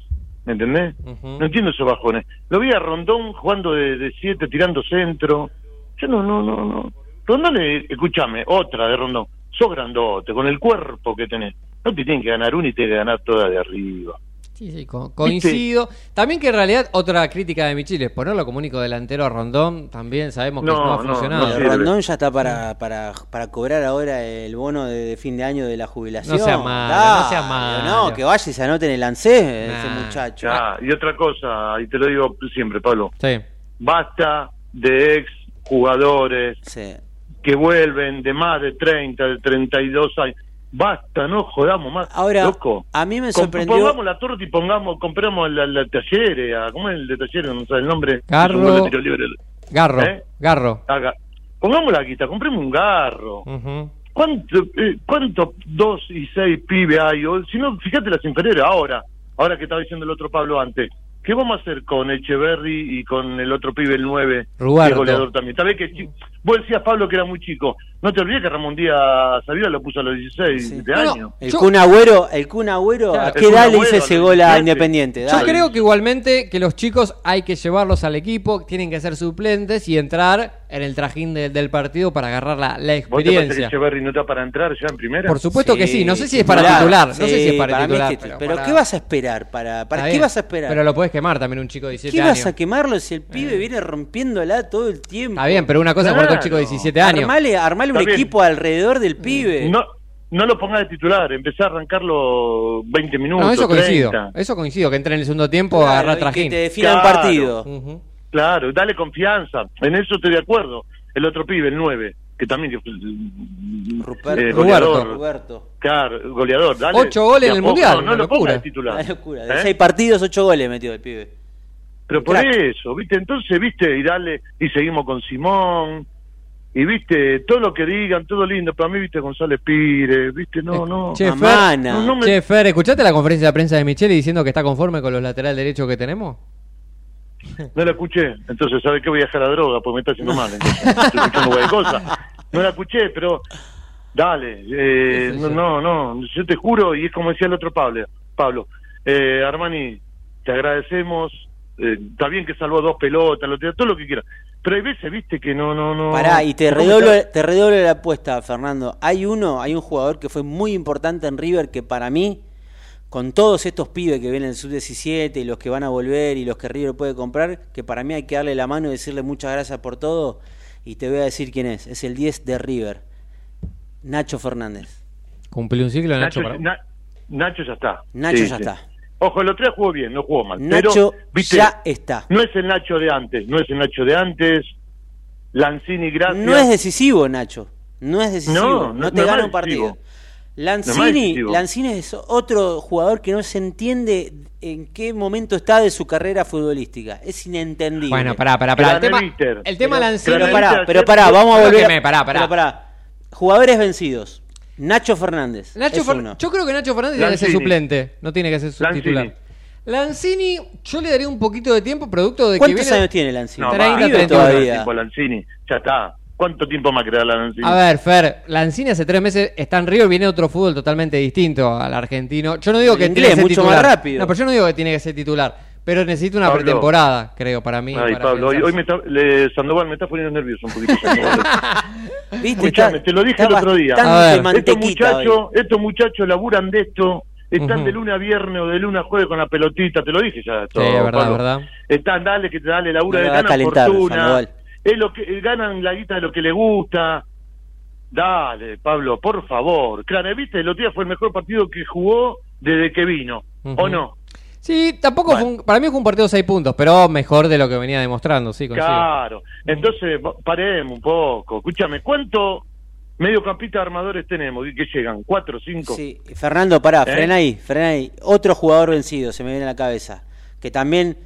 Speaker 5: ¿me entendés?
Speaker 3: Ujú.
Speaker 5: No entiendo esos bajones. Lo vi a Rondón jugando de, de siete, tirando centro. Yo no, no, no, no. Rondón, eh, escúchame, otra de Rondón. Sos grandote, con el cuerpo que tenés. No te tienen que ganar una y te tienen que ganar toda de arriba.
Speaker 3: Sí, sí, co- coincido. También que en realidad otra crítica de Micheli es ponerlo como único delantero a Rondón, también sabemos que
Speaker 5: No,
Speaker 3: no, ha
Speaker 5: no,
Speaker 3: funcionado.
Speaker 5: no
Speaker 4: Bueno,
Speaker 5: sirve.
Speaker 4: Rondón ya está para, para, para cobrar ahora el bono de, de fin de año de la jubilación.
Speaker 3: No sea malo,
Speaker 4: Dale,
Speaker 3: no sea malo.
Speaker 4: No, que vaya y se anote en el ANSES eh,
Speaker 3: Nah.
Speaker 4: ese muchacho.
Speaker 5: Ya, Ah, y otra cosa, y te lo digo siempre, Pablo.
Speaker 3: Sí.
Speaker 5: Basta de ex jugadores
Speaker 4: Sí.
Speaker 5: que vuelven de más de 30, de 32 años. Basta, no jodamos más.
Speaker 4: Ahora,
Speaker 5: loco.
Speaker 4: a mí me
Speaker 5: Com-
Speaker 4: sorprendió-
Speaker 5: Pongamos la torta y pongamos, compramos la, la talleres, a- ¿cómo es el de talleres? No sé el nombre.
Speaker 3: Garro.
Speaker 5: Es un gol de tiro libre.
Speaker 3: Garro,
Speaker 5: ¿Eh?
Speaker 3: Garro.
Speaker 5: Haga- Pongamos la guita, compremos un garro.
Speaker 3: Ujú.
Speaker 5: ¿Cuánto, eh, cuánto dos y seis pibes hay? O, si no, fíjate las inferiores ahora, ahora que estaba diciendo el otro Pablo antes. ¿Qué vamos a hacer con Echeverry y con el otro pibe, el 9, que
Speaker 3: Ruardo.
Speaker 5: es goleador también? Tal vez que chi- vos decías, Pablo, que era muy chico. No te olvides que Ramón Díaz Saviola lo puso a los 16
Speaker 4: Sí.
Speaker 5: de
Speaker 3: No, no.
Speaker 5: año.
Speaker 4: El
Speaker 3: Yo-
Speaker 4: Kun Agüero, el Kun Agüero,
Speaker 3: Claro.
Speaker 4: ¿a
Speaker 3: El
Speaker 4: qué
Speaker 5: Kun
Speaker 4: edad le
Speaker 5: Agüero,
Speaker 4: hizo ese
Speaker 5: al
Speaker 4: gol a
Speaker 5: Independiente.
Speaker 4: Independiente?
Speaker 3: Yo
Speaker 4: Dale.
Speaker 3: creo que igualmente que los chicos hay que llevarlos al equipo, tienen que ser suplentes y entrar en el trajín de- del partido para agarrar la, la
Speaker 5: ¿Vos te parece que
Speaker 3: experiencia.
Speaker 5: Echeverry no está para entrar ya en primera?
Speaker 3: Por supuesto que sí, no sé si es para titular, no sé si es para,
Speaker 4: mí
Speaker 3: titular.
Speaker 4: es Pero, ¿qué vas a esperar? ¿Para, para
Speaker 3: Está
Speaker 4: qué
Speaker 3: bien,
Speaker 4: vas a esperar?
Speaker 3: Pero lo podés quemar también un chico de 17
Speaker 4: ¿Qué
Speaker 3: años.
Speaker 4: vas a quemarlo si el pibe viene rompiéndola todo el tiempo?
Speaker 3: Eh. Está bien, pero una cosa es jugar con
Speaker 5: Claro.
Speaker 3: chicos de 17 años.
Speaker 4: Armale, armale un
Speaker 5: Está bien. Mm.
Speaker 4: equipo alrededor del
Speaker 3: Eh,
Speaker 4: pibe.
Speaker 5: No, no lo pongas de titular, empecé a arrancarlo 20 minutos.
Speaker 3: No, eso coincido.
Speaker 5: 30.
Speaker 3: Eso coincido, que entre en el segundo tiempo
Speaker 4: Claro,
Speaker 3: a agarrar
Speaker 4: y
Speaker 3: trajín. Mm.
Speaker 4: Que te defina el
Speaker 5: Claro.
Speaker 4: partido.
Speaker 3: Ujú.
Speaker 5: Claro, dale confianza. En eso estoy de acuerdo. El otro pibe, el 9, que también que fue, eh,
Speaker 4: Ruperto.
Speaker 5: eh, goleador.
Speaker 4: Roberto.
Speaker 5: Claro, goleador. Dale,
Speaker 3: Ocho goles
Speaker 5: de a
Speaker 3: en el
Speaker 5: poco.
Speaker 3: Mundial,
Speaker 5: No, no
Speaker 3: una
Speaker 5: lo
Speaker 3: locura.
Speaker 5: pongas de titular.
Speaker 4: La locura. De
Speaker 5: ¿Eh?
Speaker 4: seis partidos, ocho goles metió el pibe.
Speaker 5: Pero por
Speaker 4: Crack.
Speaker 5: eso, ¿viste? Entonces, ¿viste? Y dale, y seguimos con Simón. Y viste, todo lo que digan, todo lindo, para mí, viste, González Pires, viste, no, no.
Speaker 3: Eh, Che, Fer,
Speaker 4: Amana.
Speaker 5: No, no me-
Speaker 3: Che, Fer, ¿escuchaste la conferencia de prensa de Micheli diciendo que está conforme con los lateral derechos que tenemos?
Speaker 5: No la escuché, entonces, ¿sabes qué? Voy a dejar la droga porque me está haciendo mal. entonces. Estoy escuchando cualquier cosa. No la escuché, pero dale. eh,
Speaker 3: Sí, sí,
Speaker 5: no,
Speaker 3: sí.
Speaker 5: no, no, yo te juro, y es como decía el otro Pablo. Pablo, eh, Armani, te agradecemos. eh, está bien que salvó dos pelotas, lo, todo lo que quieras. Pero hay veces, viste, que no, no, no.
Speaker 4: Pará, y te
Speaker 5: ¿Cómo
Speaker 4: redoblo,
Speaker 5: está?
Speaker 4: te redoblo la apuesta, Fernando. Hay uno, hay un jugador que fue muy importante en River que para mí, con todos estos pibes que vienen del sub-17 y los que van a volver y los que River puede comprar, que para mí hay que darle la mano y decirle muchas gracias por todo. Y te voy a decir quién es. Es el 10 de River, Nacho Fernández.
Speaker 3: Cumplió un ciclo, Nacho.
Speaker 5: Nacho,
Speaker 3: para-
Speaker 5: Na- Nacho ya está.
Speaker 4: Nacho ya está.
Speaker 5: Ojo, el otro día jugó bien, no jugó mal.
Speaker 4: Nacho
Speaker 5: pero, viste,
Speaker 4: ya está.
Speaker 5: No es el Nacho de antes, no es el Nacho de antes. Lanzini, gracias.
Speaker 4: No es decisivo, Nacho. No es decisivo.
Speaker 5: No,
Speaker 4: No,
Speaker 5: no-
Speaker 4: te
Speaker 5: no es
Speaker 4: gana un
Speaker 5: decisivo.
Speaker 4: partido.
Speaker 5: No es
Speaker 4: Lanzini,
Speaker 5: decisivo.
Speaker 4: Lanzini es otro jugador que no se entiende en qué momento está de su carrera futbolística. Es inentendible.
Speaker 3: Bueno, pará, pará, pará. El tema,
Speaker 5: Graneliter.
Speaker 3: el tema Lanzini-
Speaker 4: Pero
Speaker 5: Graneliter.
Speaker 4: pará, pero pará,
Speaker 5: Yo-
Speaker 4: vamos a
Speaker 3: yo lo
Speaker 4: volver. a-
Speaker 3: quemé, pará, pará.
Speaker 4: Pero Jugadores vencidos. Nacho Fernández.
Speaker 3: Nacho
Speaker 4: es
Speaker 3: Fer-
Speaker 4: uno.
Speaker 3: Yo creo que Nacho Fernández tiene que ser
Speaker 5: Lanzini.
Speaker 3: suplente, no tiene que ser su
Speaker 5: Lanzini.
Speaker 3: titular. Lanzini, yo le daría un poquito de tiempo producto de que
Speaker 4: ¿Cuántos
Speaker 3: viene...
Speaker 4: años tiene Lanzini?
Speaker 5: No,
Speaker 3: Treinta,
Speaker 5: va,
Speaker 4: Vive
Speaker 3: treinta y uno,
Speaker 4: todavía.
Speaker 5: tiempo Lanzini, ya está. ¿Cuánto tiempo más queda Lanzini?
Speaker 3: A ver, Fer, Lanzini hace tres meses está en Río, viene otro fútbol totalmente distinto al argentino. Yo no digo
Speaker 4: El
Speaker 3: que
Speaker 4: inglés,
Speaker 3: tiene que ser
Speaker 4: mucho más
Speaker 3: titular.
Speaker 4: rápido.
Speaker 3: No, pero yo no digo que tiene que ser titular. Pero necesita una
Speaker 5: Pablo.
Speaker 3: pretemporada, creo, para mí.
Speaker 5: Ay,
Speaker 3: para
Speaker 5: Pablo, hoy,
Speaker 3: pensar.
Speaker 5: hoy me está- le- Sandoval me está poniendo nervioso un poquito. Sandoval.
Speaker 4: ¿Viste?
Speaker 5: Escuchame,
Speaker 4: Está-
Speaker 5: te lo dije
Speaker 4: está
Speaker 5: el otro día. Este
Speaker 4: bastante
Speaker 3: A ver. Estos
Speaker 5: estos
Speaker 4: mantequita hoy.
Speaker 5: muchachos, estos muchachos laburan de esto, están
Speaker 3: Ujú.
Speaker 5: de lunes a viernes o de lunes a jueves con la pelotita, te lo dije ya. esto,
Speaker 3: Sí, es verdad,
Speaker 5: Pablo.
Speaker 3: verdad.
Speaker 5: Están, dale, que te dale labura,
Speaker 4: Me la va a
Speaker 5: ganan
Speaker 4: calentar,
Speaker 5: fortuna.
Speaker 4: Sandoval.
Speaker 5: Es lo que, eh, ganan la guita de lo que les gusta. Dale, Pablo, por favor. Claro, viste, el otro día fue el mejor partido que jugó desde que vino,
Speaker 3: Ujú.
Speaker 5: ¿o no?
Speaker 3: Sí, tampoco fue un- para mí fue un partido de seis puntos, pero mejor de lo que venía demostrando, sí, coincido.
Speaker 5: Claro. Entonces, pa- paremos un poco. Escúchame, ¿cuánto mediocampistas armadores tenemos? ¿Y ¿Qué llegan? ¿Cuatro, cinco?
Speaker 4: Sí, Fernando, pará,
Speaker 5: ¿Eh?
Speaker 4: frena ahí, frena ahí. Otro jugador vencido, se me viene a la cabeza. Que también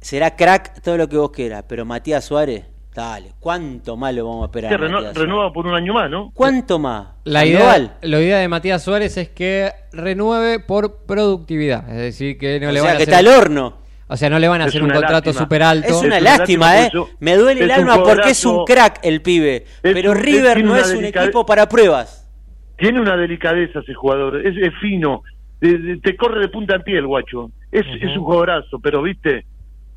Speaker 4: será crack todo lo que vos quieras, pero Matías Suárez, dale, ¿cuánto más lo vamos a esperar?
Speaker 5: Se
Speaker 4: a
Speaker 5: reno-
Speaker 4: Matías Suárez?
Speaker 5: renueva por un año más, ¿no?
Speaker 4: ¿Cuánto más?
Speaker 3: La
Speaker 4: Sandoval.
Speaker 3: idea, la idea de Matías Suárez es que renueve por productividad, es decir, que no
Speaker 4: O
Speaker 3: le
Speaker 4: sea,
Speaker 3: van a
Speaker 4: que
Speaker 3: hacer,
Speaker 4: está al horno.
Speaker 3: o sea, no le van a
Speaker 5: Es
Speaker 3: hacer un
Speaker 5: una
Speaker 3: contrato
Speaker 5: lástima.
Speaker 3: super alto.
Speaker 4: Es una
Speaker 5: una
Speaker 4: lástima,
Speaker 5: lástima,
Speaker 4: ¿eh?
Speaker 5: porque yo-
Speaker 4: Me duele el
Speaker 5: es un
Speaker 4: alma porque es un
Speaker 5: jugadorazo.
Speaker 4: crack el pibe.
Speaker 5: Es
Speaker 4: Pero
Speaker 5: un-
Speaker 4: River
Speaker 5: tiene
Speaker 4: no
Speaker 5: una
Speaker 4: es un
Speaker 5: delicade-
Speaker 4: equipo para pruebas.
Speaker 5: Tiene una delicadeza ese jugador, es, es fino, de- de- te corre de punta en pie el guacho. Es, es un jugadorazo, pero viste,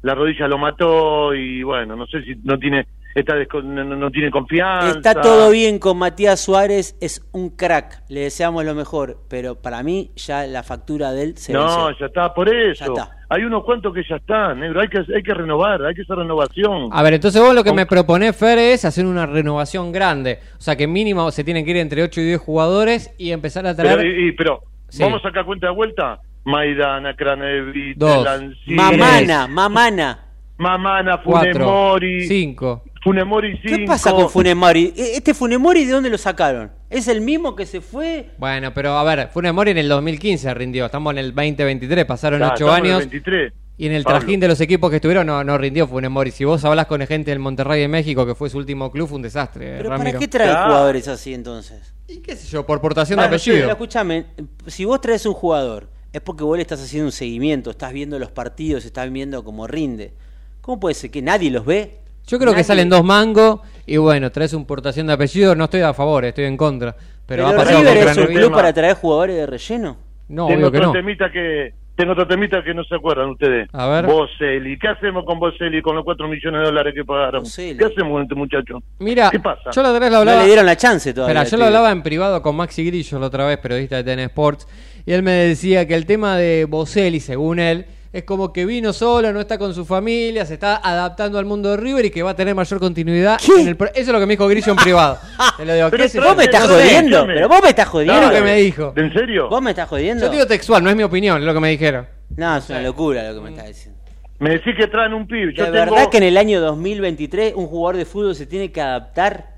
Speaker 5: la rodilla lo mató y bueno, no sé si no tiene está descon- no, no- no tiene confianza.
Speaker 4: Está todo bien con Matías Suárez, es un crack. Le deseamos lo mejor, pero para mí ya la factura de él se
Speaker 5: No,
Speaker 4: venció.
Speaker 5: ya está, por eso.
Speaker 4: Ya está.
Speaker 5: Hay unos cuantos que ya están, negro, hay que, hay que renovar, hay que hacer renovación.
Speaker 3: A ver, entonces vos lo que
Speaker 5: Con-
Speaker 3: me proponés, Fer, es hacer una renovación grande. O sea, que mínimo se tienen que ir entre 8 y 10 jugadores y empezar a traer
Speaker 5: Pero, y- y- pero,
Speaker 3: Sí.
Speaker 5: vamos a sacar cuenta de vuelta. Maidana, Cranevita,
Speaker 3: Dos.
Speaker 5: Lanzini,
Speaker 4: Mamana, mamana.
Speaker 5: Mamana,
Speaker 3: 4,
Speaker 5: Funemori,
Speaker 3: 5.
Speaker 5: Funemori 5.
Speaker 4: ¿Qué pasa con Funemori? E- ¿Este Funemori de dónde lo sacaron? ¿Es el mismo que se fue?
Speaker 3: Bueno, pero a ver, Funes Mori en el 2015 rindió, estamos en el 2023, pasaron
Speaker 5: Ah,
Speaker 3: 8
Speaker 5: estamos en el
Speaker 3: años.
Speaker 5: 23.
Speaker 3: Y en el
Speaker 5: Pablo.
Speaker 3: trajín de los equipos que estuvieron no, no rindió Funes Mori. Si vos hablas con gente del Monterrey de México, que fue su último club, fue un desastre, eh,
Speaker 4: ¿Pero
Speaker 3: Ramiro.
Speaker 4: para qué trae
Speaker 5: Ah.
Speaker 4: jugadores así entonces?
Speaker 3: Y qué sé yo, por portación de
Speaker 4: Bueno, sí, pero
Speaker 3: apellido.
Speaker 4: escúchame, si vos traes un jugador, es porque vos le estás haciendo un seguimiento, estás viendo los partidos, estás viendo cómo rinde. ¿Cómo puede ser que nadie los ve?
Speaker 3: Yo creo que
Speaker 4: Nadie.
Speaker 3: salen dos mangos y bueno, traes un portación de apellido. No estoy a favor, estoy en contra. Pero,
Speaker 4: Pero
Speaker 3: ha pasado
Speaker 4: River
Speaker 3: con
Speaker 4: es un
Speaker 3: Gran-
Speaker 5: Craneviter.
Speaker 4: club para traer jugadores de relleno.
Speaker 3: No,
Speaker 5: tengo
Speaker 3: obvio que
Speaker 5: otro
Speaker 3: no.
Speaker 5: temita que tengo otro temita que no se acuerdan ustedes.
Speaker 3: A ver.
Speaker 5: Boselli, ¿qué hacemos con Boselli con los 4 millones de dólares que pagaron?
Speaker 4: Bocelli.
Speaker 5: ¿Qué hacemos con este muchacho?
Speaker 3: Mira,
Speaker 5: ¿Qué pasa?
Speaker 3: yo la otra vez lo
Speaker 4: No
Speaker 3: hablaba.
Speaker 4: le dieron la chance todavía.
Speaker 3: Espera, yo
Speaker 4: al
Speaker 3: lo
Speaker 4: pibe.
Speaker 3: hablaba en privado con Maxi Grillo la otra vez, periodista de TN Sports, y él me decía que el tema de Boselli, según él, es como que vino solo, no está con su familia, se está adaptando al mundo de River y que va a tener mayor continuidad.
Speaker 4: ¿Qué?
Speaker 3: en el pro- Eso es lo que me dijo Grillo en [LAUGHS] privado. Te lo digo,
Speaker 5: Pero
Speaker 3: ¿qué sé
Speaker 5: trae-
Speaker 3: yo?
Speaker 4: Vos me estás
Speaker 5: No sé,
Speaker 4: jodiendo,
Speaker 5: escúchame.
Speaker 4: pero vos me estás jodiendo.
Speaker 3: Claro. lo que me dijo.
Speaker 5: ¿En serio?
Speaker 4: ¿Vos me estás
Speaker 3: Yo
Speaker 4: jodiendo?
Speaker 3: te digo textual, no es mi opinión, es lo que me dijeron.
Speaker 4: No, es una locura lo que me estás diciendo.
Speaker 5: Me decís que traen un pibe. Yo
Speaker 4: ¿De
Speaker 5: tengo-
Speaker 4: verdad que en el año 2023 un jugador de fútbol se tiene que adaptar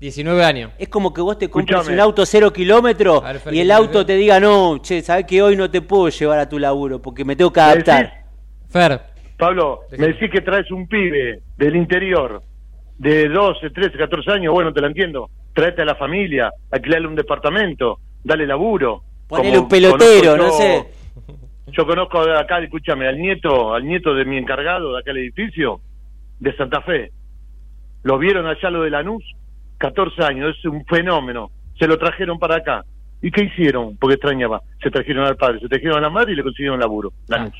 Speaker 3: 19 años.
Speaker 4: Es como que vos te compras
Speaker 5: Escuchame.
Speaker 4: un auto cero kilómetro
Speaker 3: A ver, ¿eh? Fer,
Speaker 4: y
Speaker 3: ¿qué
Speaker 4: el
Speaker 3: tiene
Speaker 4: auto
Speaker 3: que
Speaker 4: te diga, no, che, sabés que hoy no te puedo llevar a tu laburo porque me tengo que
Speaker 5: me decís-
Speaker 4: adaptar.
Speaker 3: Fer,
Speaker 5: Pablo,
Speaker 3: Decime.
Speaker 5: me decís que traes un pibe del interior de 12, 13, 14 años, bueno, te la entiendo. Traete a la familia, alquilarle un departamento, dale laburo.
Speaker 4: Ponele
Speaker 5: Como
Speaker 4: un pelotero,
Speaker 5: conozco yo-
Speaker 4: no sé.
Speaker 5: Yo conozco de acá, escúchame, al nieto, al nieto de mi encargado de acá del edificio, de Santa Fe. Lo vieron allá lo de Lanús, 14 años, es un fenómeno. Se lo trajeron para acá. ¿Y qué hicieron? Porque extrañaba. Se trajeron al padre, se trajeron a la madre y le consiguieron laburo, Lanús.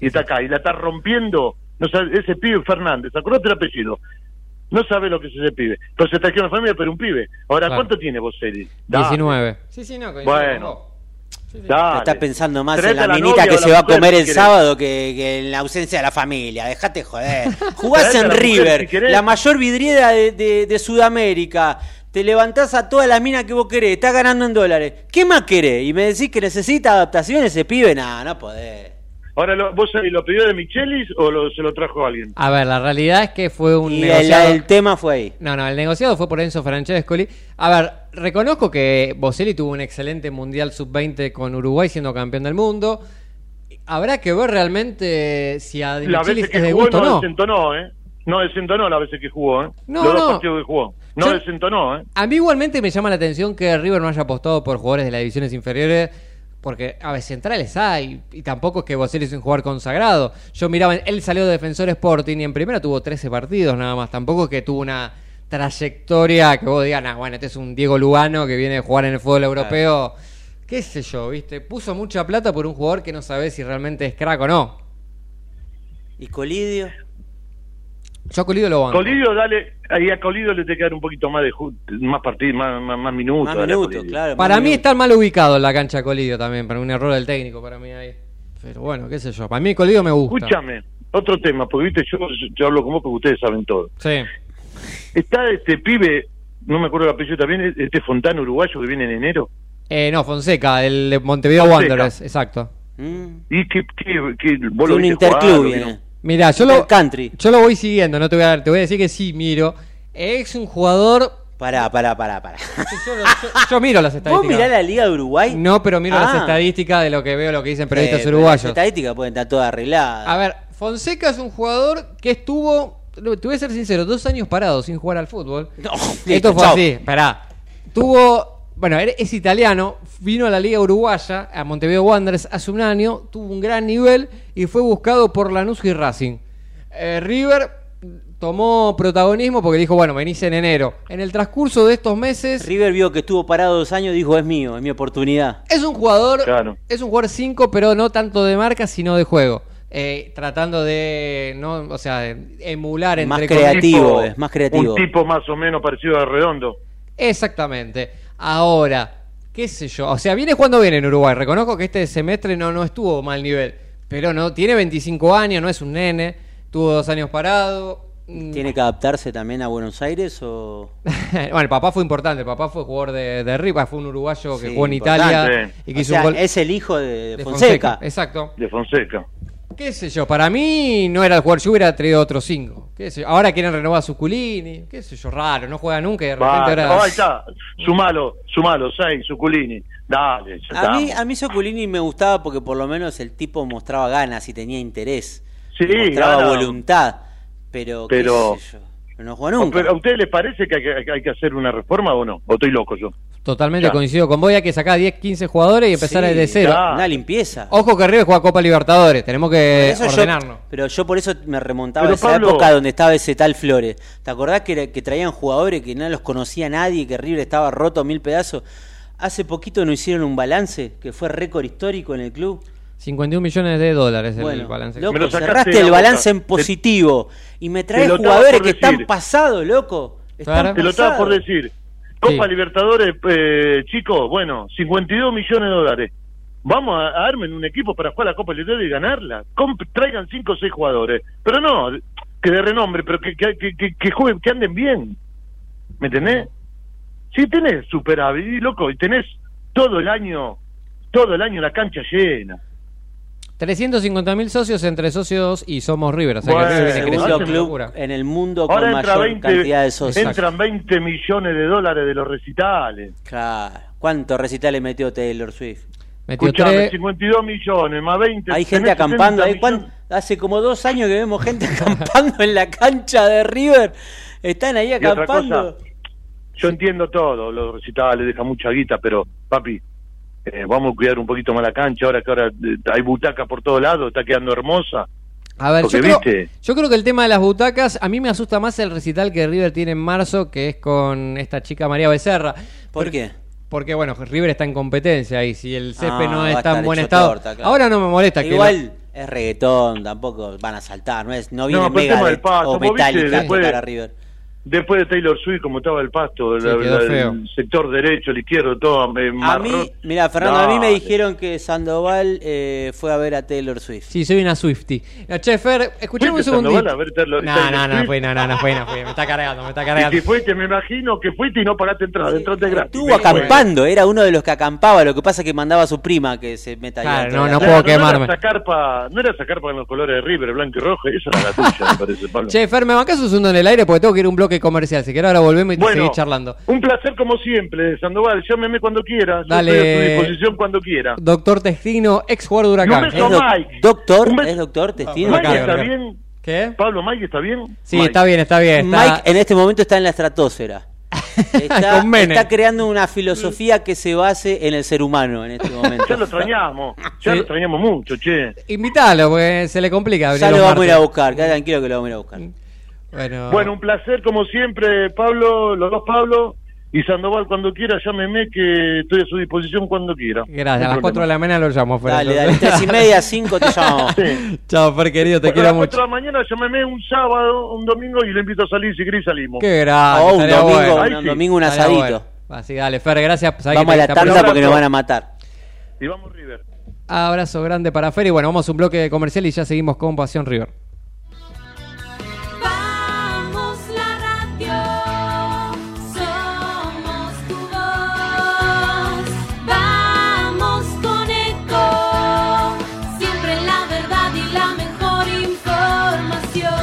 Speaker 5: y está acá, y la está rompiendo. No sabe- ese pibe Fernández, acordate el apellido. No sabe lo que es ese pibe. Pero se trajeron una familia, pero un pibe. Ahora,
Speaker 3: Claro.
Speaker 5: ¿cuánto tiene vos, Eli? Dale.
Speaker 3: 19. Sí, sí, no,
Speaker 5: coincido Bueno. con vos. Dale.
Speaker 4: Está pensando más
Speaker 5: Traete
Speaker 4: en la,
Speaker 5: a
Speaker 4: minita
Speaker 5: novia o
Speaker 4: que
Speaker 5: la
Speaker 4: se va a
Speaker 5: mujer,
Speaker 4: comer
Speaker 5: si
Speaker 4: el
Speaker 5: querés.
Speaker 4: sábado que, que en la ausencia de la familia. Dejate
Speaker 5: [LAUGHS]
Speaker 4: joder. Jugás
Speaker 5: Traete a
Speaker 4: en
Speaker 5: la mujer,
Speaker 4: River,
Speaker 5: si querés.
Speaker 4: la mayor vidriera de, de- de Sudamérica. Te levantás a todas las minas que vos querés. Estás ganando en dólares. ¿Qué más querés? Y me decís que necesita adaptación ese pibe. Nah, no podés.
Speaker 5: Ahora, lo- ¿vos Eli, lo pidió de Michelis o lo- se lo trajo alguien?
Speaker 3: A ver, la realidad es que fue un
Speaker 4: Y el,
Speaker 3: negociado.
Speaker 4: el tema fue ahí.
Speaker 3: No, no, el negociado fue por Enzo Francescoli. A ver, reconozco que Boselli tuvo un excelente Mundial Sub-20 con Uruguay siendo campeón del mundo. Habrá que ver realmente si a Di
Speaker 5: Las
Speaker 3: Michelis
Speaker 5: veces
Speaker 3: es de
Speaker 5: que jugó
Speaker 3: gusto o
Speaker 5: no
Speaker 3: no.
Speaker 5: desentonó, ¿eh? No desentonó las veces que jugó, ¿eh?
Speaker 3: No,
Speaker 5: Los dos
Speaker 3: no.
Speaker 5: partidos que jugó. No
Speaker 3: Yo-
Speaker 5: desentonó, ¿eh?
Speaker 3: A mí igualmente me llama la atención que River no haya apostado por jugadores de las divisiones inferiores, porque a ver, centrales hay, y tampoco es que Bocelli es un jugador consagrado. Yo miraba, él salió de Defensor Sporting y en primera tuvo 13 partidos nada más, tampoco es que tuvo una trayectoria que vos digas, ah, bueno, este es un Diego Lugano que viene a jugar en el fútbol europeo, qué sé yo, viste, puso mucha plata por un jugador que no sabe si realmente es crack o no.
Speaker 4: ¿Y Colidio?
Speaker 3: Yo a Colidio lo banco.
Speaker 5: Colidio, dale. Ahí a Colidio le tiene que dar un poquito más de ju- más partidos, más, más, más minutos.
Speaker 4: Más
Speaker 5: dale a
Speaker 4: minutos,
Speaker 5: Colidio.
Speaker 4: claro.
Speaker 3: Para
Speaker 4: más
Speaker 3: mí
Speaker 4: minutos.
Speaker 3: está mal ubicado en la cancha Colidio también, para un error del técnico para mí ahí. Pero bueno, qué sé yo. Para mí Colidio me gusta.
Speaker 5: Escúchame, otro tema, porque viste, yo, yo hablo con vos porque ustedes saben todo.
Speaker 3: Sí.
Speaker 5: Está este pibe, no me acuerdo el apellido también, este Fontana uruguayo que viene en enero.
Speaker 3: Eh, no, Fonseca, el de Montevideo
Speaker 5: Fonseca.
Speaker 3: Wanderers, exacto.
Speaker 4: Mm.
Speaker 5: ¿Y que que que vos
Speaker 4: Es
Speaker 5: lo
Speaker 4: un
Speaker 5: viste jugar,
Speaker 4: interclub
Speaker 5: lo
Speaker 4: viene.
Speaker 5: vieron?
Speaker 3: Mira, yo lo,
Speaker 4: Del country.
Speaker 3: yo lo voy siguiendo, no te voy a dar, te voy a decir que sí, miro. Es un jugador.
Speaker 4: Pará, pará, pará, pará.
Speaker 3: Yo, yo- yo miro las
Speaker 4: [LAUGHS] ¿Vos mirá
Speaker 3: estadísticas.
Speaker 4: la Liga de Uruguay?
Speaker 3: No, pero miro las
Speaker 4: Ah.
Speaker 3: estadísticas de lo que veo, lo que dicen periodistas
Speaker 4: Eh, pero Las
Speaker 3: uruguayos.
Speaker 4: estadísticas pueden estar todas arregladas.
Speaker 3: A ver, Fonseca es un jugador que estuvo, te voy a ser sincero, dos años parado sin jugar al fútbol.
Speaker 4: No,
Speaker 3: Esto
Speaker 4: listo,
Speaker 3: fue
Speaker 4: chau.
Speaker 3: así, pará. Tuvo, bueno, er- es italiano, vino a la Liga Uruguaya, a Montevideo Wanderers, hace un año, tuvo un gran nivel y fue buscado por Lanús y Racing. Eh, River tomó protagonismo porque dijo, bueno, venís en enero. En el transcurso de estos meses,
Speaker 4: River vio que estuvo parado dos años y dijo, es mío, es mi oportunidad.
Speaker 3: es un jugador,
Speaker 5: Claro.
Speaker 3: es un jugador 5, pero no tanto de marca, sino de juego. Eh, tratando de, no, o sea, de emular
Speaker 4: Más
Speaker 3: entre
Speaker 4: creativo.
Speaker 3: comillas.
Speaker 4: es más creativo.
Speaker 5: Un tipo más o menos parecido a Redondo.
Speaker 3: Exactamente. Ahora, qué sé yo. O sea, viene cuando viene en Uruguay. Reconozco que este semestre no, no estuvo mal nivel. Pero no, tiene 25 años, no es un nene. Tuvo dos años parado. Mm,
Speaker 4: ¿Tiene que adaptarse también a Buenos Aires o...?
Speaker 3: [LAUGHS] bueno, el papá fue importante. El papá fue jugador de, de River, Fue un uruguayo que
Speaker 4: Sí,
Speaker 3: jugó en
Speaker 4: importante.
Speaker 3: Italia.
Speaker 5: Sí.
Speaker 3: Y
Speaker 4: O
Speaker 3: que hizo
Speaker 4: sea,
Speaker 3: un gol
Speaker 4: es el hijo de, de
Speaker 3: de
Speaker 4: Fonseca.
Speaker 3: Exacto.
Speaker 5: De Fonseca.
Speaker 3: Qué sé yo. Para mí no era el jugador. Yo hubiera traído otros cinco. Qué sé yo. Ahora quieren renovar a Suculini. Qué sé yo. Raro. No juega nunca y de repente
Speaker 5: Vale.
Speaker 3: ahora...
Speaker 5: Oh, ahí está. Sumalo, sumalo, seis, Suculini. Dale, ya
Speaker 4: A mí,
Speaker 5: estamos.
Speaker 4: a mí Soculini me gustaba porque por lo menos el tipo mostraba ganas y tenía interés.
Speaker 5: Sí,
Speaker 4: mostraba
Speaker 5: gana.
Speaker 4: voluntad. Pero, qué
Speaker 5: Pero-
Speaker 4: sé yo, No jugó nunca.
Speaker 5: Pero, ¿A ustedes les parece que hay, que hay que hacer una reforma o no? ¿O estoy loco yo?
Speaker 3: Totalmente
Speaker 5: Ya.
Speaker 3: coincido con vos. Hay que sacar 10, 15 jugadores y empezar
Speaker 4: Sí,
Speaker 3: desde cero.
Speaker 5: ya.
Speaker 4: Una limpieza.
Speaker 3: Ojo que River juega Copa Libertadores, tenemos que
Speaker 4: Por eso yo-
Speaker 3: ordenarnos.
Speaker 4: pero yo por eso me remontaba
Speaker 5: Pero,
Speaker 4: a esa
Speaker 5: Pablo-
Speaker 4: época donde estaba ese tal Flores. ¿Te acordás que, era- que traían jugadores que no los conocía nadie, que River estaba roto a mil pedazos? Hace poquito nos hicieron un balance que fue récord histórico en el club.
Speaker 3: 51 millones de dólares el
Speaker 4: Bueno,
Speaker 3: balance.
Speaker 4: loco,
Speaker 5: Me lo sacaste
Speaker 4: cerraste
Speaker 5: de la
Speaker 4: el balance
Speaker 5: boca.
Speaker 4: en positivo y me traes
Speaker 5: lo estaba
Speaker 4: jugadores
Speaker 5: por
Speaker 4: que están
Speaker 5: decir.
Speaker 4: pasados, loco.
Speaker 3: Claro.
Speaker 4: Están
Speaker 5: Te lo estaba por
Speaker 4: pasados.
Speaker 5: decir. Copa
Speaker 3: Sí.
Speaker 5: Libertadores, eh, chicos, bueno, 52 millones de dólares. Vamos a, a armen un equipo para jugar la Copa Libertadores y ganarla. Comp- traigan 5 o 6 jugadores. Pero no, que de renombre, pero que, que, que, que, que jueguen, que anden bien. ¿Me entendés? Sí, tenés superávit, y, loco, y tenés todo el año, todo el año la cancha llena.
Speaker 3: 350 mil socios entre socios y somos River. O sea
Speaker 5: Bueno,
Speaker 3: que River viene
Speaker 4: Segundo
Speaker 5: Hacen
Speaker 3: creciendo.
Speaker 4: club
Speaker 3: locura.
Speaker 5: eh,
Speaker 4: en el mundo con
Speaker 5: Ahora entra
Speaker 4: mayor
Speaker 5: 20,
Speaker 4: cantidad de socios.
Speaker 5: entran 20 millones de dólares de los recitales.
Speaker 4: Claro. ¿Cuántos recitales metió Taylor Swift?
Speaker 3: Metió
Speaker 5: Escuchame,
Speaker 3: tres.
Speaker 5: 52 millones más 20.
Speaker 4: Hay gente ¿eh?
Speaker 5: tenés 70
Speaker 4: acampando. ahí. ¿Cuán-
Speaker 5: millones.
Speaker 4: [LAUGHS] Hace como dos años que vemos gente acampando en la cancha de River Están ahí
Speaker 5: Y otra
Speaker 4: acampando.
Speaker 5: cosa, yo entiendo todo, los recitales deja mucha guita, pero papi, eh, vamos a cuidar un poquito más la cancha, ahora que ahora eh, hay butacas por todos lados, está quedando hermosa.
Speaker 3: A ver, yo
Speaker 5: Porque,
Speaker 3: creo,
Speaker 5: viste-
Speaker 3: yo creo que el tema de las butacas, a mí me asusta más el recital que River tiene en marzo, que es con esta chica María Becerra.
Speaker 4: ¿Por qué?
Speaker 3: Porque, bueno, River está en competencia y si el césped
Speaker 4: Ah,
Speaker 3: no
Speaker 4: va
Speaker 3: es
Speaker 4: a
Speaker 3: tan
Speaker 4: estar
Speaker 3: buen
Speaker 4: hecho
Speaker 3: estado.
Speaker 4: torta, claro.
Speaker 3: Ahora no me molesta que.
Speaker 4: Igual es reggaetón, tampoco van a saltar, no es no viene
Speaker 5: pero el tema del
Speaker 4: Megadeth
Speaker 5: pasto,
Speaker 4: o
Speaker 5: vos viste,
Speaker 4: Metallica a
Speaker 5: después-
Speaker 4: tocar a River.
Speaker 5: Después de Taylor Swift, como estaba el pasto,
Speaker 3: Sí,
Speaker 5: la-
Speaker 3: quedó
Speaker 5: la-
Speaker 3: feo.
Speaker 5: el sector derecho, el izquierdo, todo eh,
Speaker 4: A
Speaker 5: marrón.
Speaker 4: mí, mira, Fernando, a mí me
Speaker 5: Dale.
Speaker 4: dijeron que Sandoval eh, fue a ver a Taylor Swift.
Speaker 3: Sí, soy una Swifty. Che, Fer, escuchame un
Speaker 5: ¿Fuiste Sandoval
Speaker 3: segundito.
Speaker 5: a ver Taylor-
Speaker 3: No,
Speaker 5: Taylor
Speaker 3: no, no
Speaker 5: Swift?
Speaker 3: fui, no, no, no fui, no fui. Me está cargando, me está
Speaker 5: Y si
Speaker 3: cargando.
Speaker 5: fuiste, me imagino que fuiste y no paraste entrada, entraste gratis.
Speaker 4: Estuvo acampando, era uno de los que acampaba, lo que pasa es que mandaba a su prima que se meta ahí
Speaker 3: Claro,
Speaker 4: adentro de la
Speaker 3: no
Speaker 4: casa.
Speaker 3: puedo
Speaker 5: No
Speaker 3: quemarme.
Speaker 5: era, esa carpa, no era esa carpa con los colores de River, blanco y rojo, esa era la tuya, me parece, Pablo.
Speaker 3: Che, Fer, me bancás un segundo en el aire porque tengo que ir a un bloque comercial. Si querés, ahora volvemos y te seguís charlando.
Speaker 5: Un placer como siempre, Sandoval. Llámeme cuando quiera. Yo
Speaker 3: Dale.
Speaker 5: estoy a tu disposición cuando quiera.
Speaker 3: Doctor Testino, ex jugador de
Speaker 5: Y
Speaker 3: Huracán.
Speaker 5: un
Speaker 4: ¿Es
Speaker 5: beso.
Speaker 3: ¿eh?
Speaker 4: doc-
Speaker 5: Mike.
Speaker 4: doctor?
Speaker 5: Un beso.
Speaker 4: ¿Es doctor? ¿Testino?
Speaker 5: Mike
Speaker 3: acá,
Speaker 5: está
Speaker 3: acá.
Speaker 5: bien.
Speaker 3: ¿Qué?
Speaker 5: Pablo, Mike está bien.
Speaker 3: Sí,
Speaker 5: Mike.
Speaker 3: está bien, está bien. está-
Speaker 4: Mike en este momento está en
Speaker 3: [LAUGHS]
Speaker 4: la estratosfera. Está,
Speaker 3: Con Menem.
Speaker 4: está creando una filosofía que se base en el ser humano en este momento.
Speaker 5: Ya
Speaker 3: [LAUGHS]
Speaker 5: lo extrañamos. Ya
Speaker 3: Sí.
Speaker 5: lo extrañamos mucho, che.
Speaker 3: Invítalo, porque se le complica. abrir
Speaker 4: Ya lo
Speaker 3: los
Speaker 4: vamos a ir a
Speaker 3: martes.
Speaker 4: buscar, queda tranquilo que lo vamos a ir a buscar.
Speaker 3: Bueno,
Speaker 5: Bueno, un placer como siempre, Pablo, los dos Pablo. Y Sandoval, cuando quiera, llámeme que estoy a su disposición cuando quiera.
Speaker 3: gracias. A las 4 de la mañana lo llamo, Fer.
Speaker 4: Dale, dale,
Speaker 3: entonces.
Speaker 4: tres y media, cinco te llamamos.
Speaker 3: [LAUGHS] Chao, Fer, querido, te quiero
Speaker 5: Bueno, a las 4
Speaker 3: mucho.
Speaker 5: de la mañana llámeme un sábado, un domingo y le invito a salir si querés salimos.
Speaker 3: Qué grande.
Speaker 4: O Oh, un
Speaker 3: Ah, estaría
Speaker 4: domingo,
Speaker 3: bueno.
Speaker 5: Ay,
Speaker 4: un
Speaker 5: sí.
Speaker 4: domingo, un
Speaker 3: Estaría
Speaker 4: asadito.
Speaker 3: bueno. Así, dale, Fer, gracias. Sabés
Speaker 4: Vamos a
Speaker 3: que
Speaker 4: la
Speaker 3: te-
Speaker 4: tanda porque nos
Speaker 5: abrazo.
Speaker 4: van a matar.
Speaker 5: Y vamos River.
Speaker 3: Abrazo grande para Fer. Y bueno, vamos a un bloque comercial y ya seguimos con Pasión River.
Speaker 6: Vamos la radio, somos tu voz. Vamos con eco, siempre la verdad y la mejor información.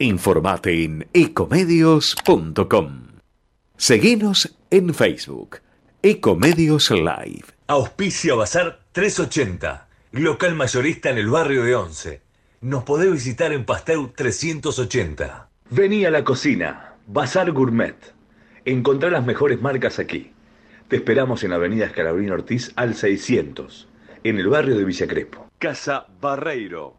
Speaker 7: Informate en ecomedios.com. Seguinos en Facebook, Ecomedios Live.
Speaker 1: Auspicia Bazar 380, local mayorista en el barrio de Once. Nos podés visitar en Pastel 380.
Speaker 8: Vení a la cocina, Bazar Gourmet. Encontrá las mejores marcas aquí. Te esperamos en Avenida Escalabrín Ortiz al 600, en el barrio de Villa Crespo.
Speaker 1: Casa Barreiro.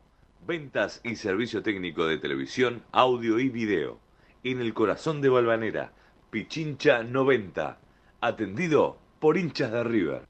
Speaker 1: Ventas y servicio técnico de televisión, audio y video. En el corazón de Balvanera, Pichincha 90. Atendido por hinchas de River.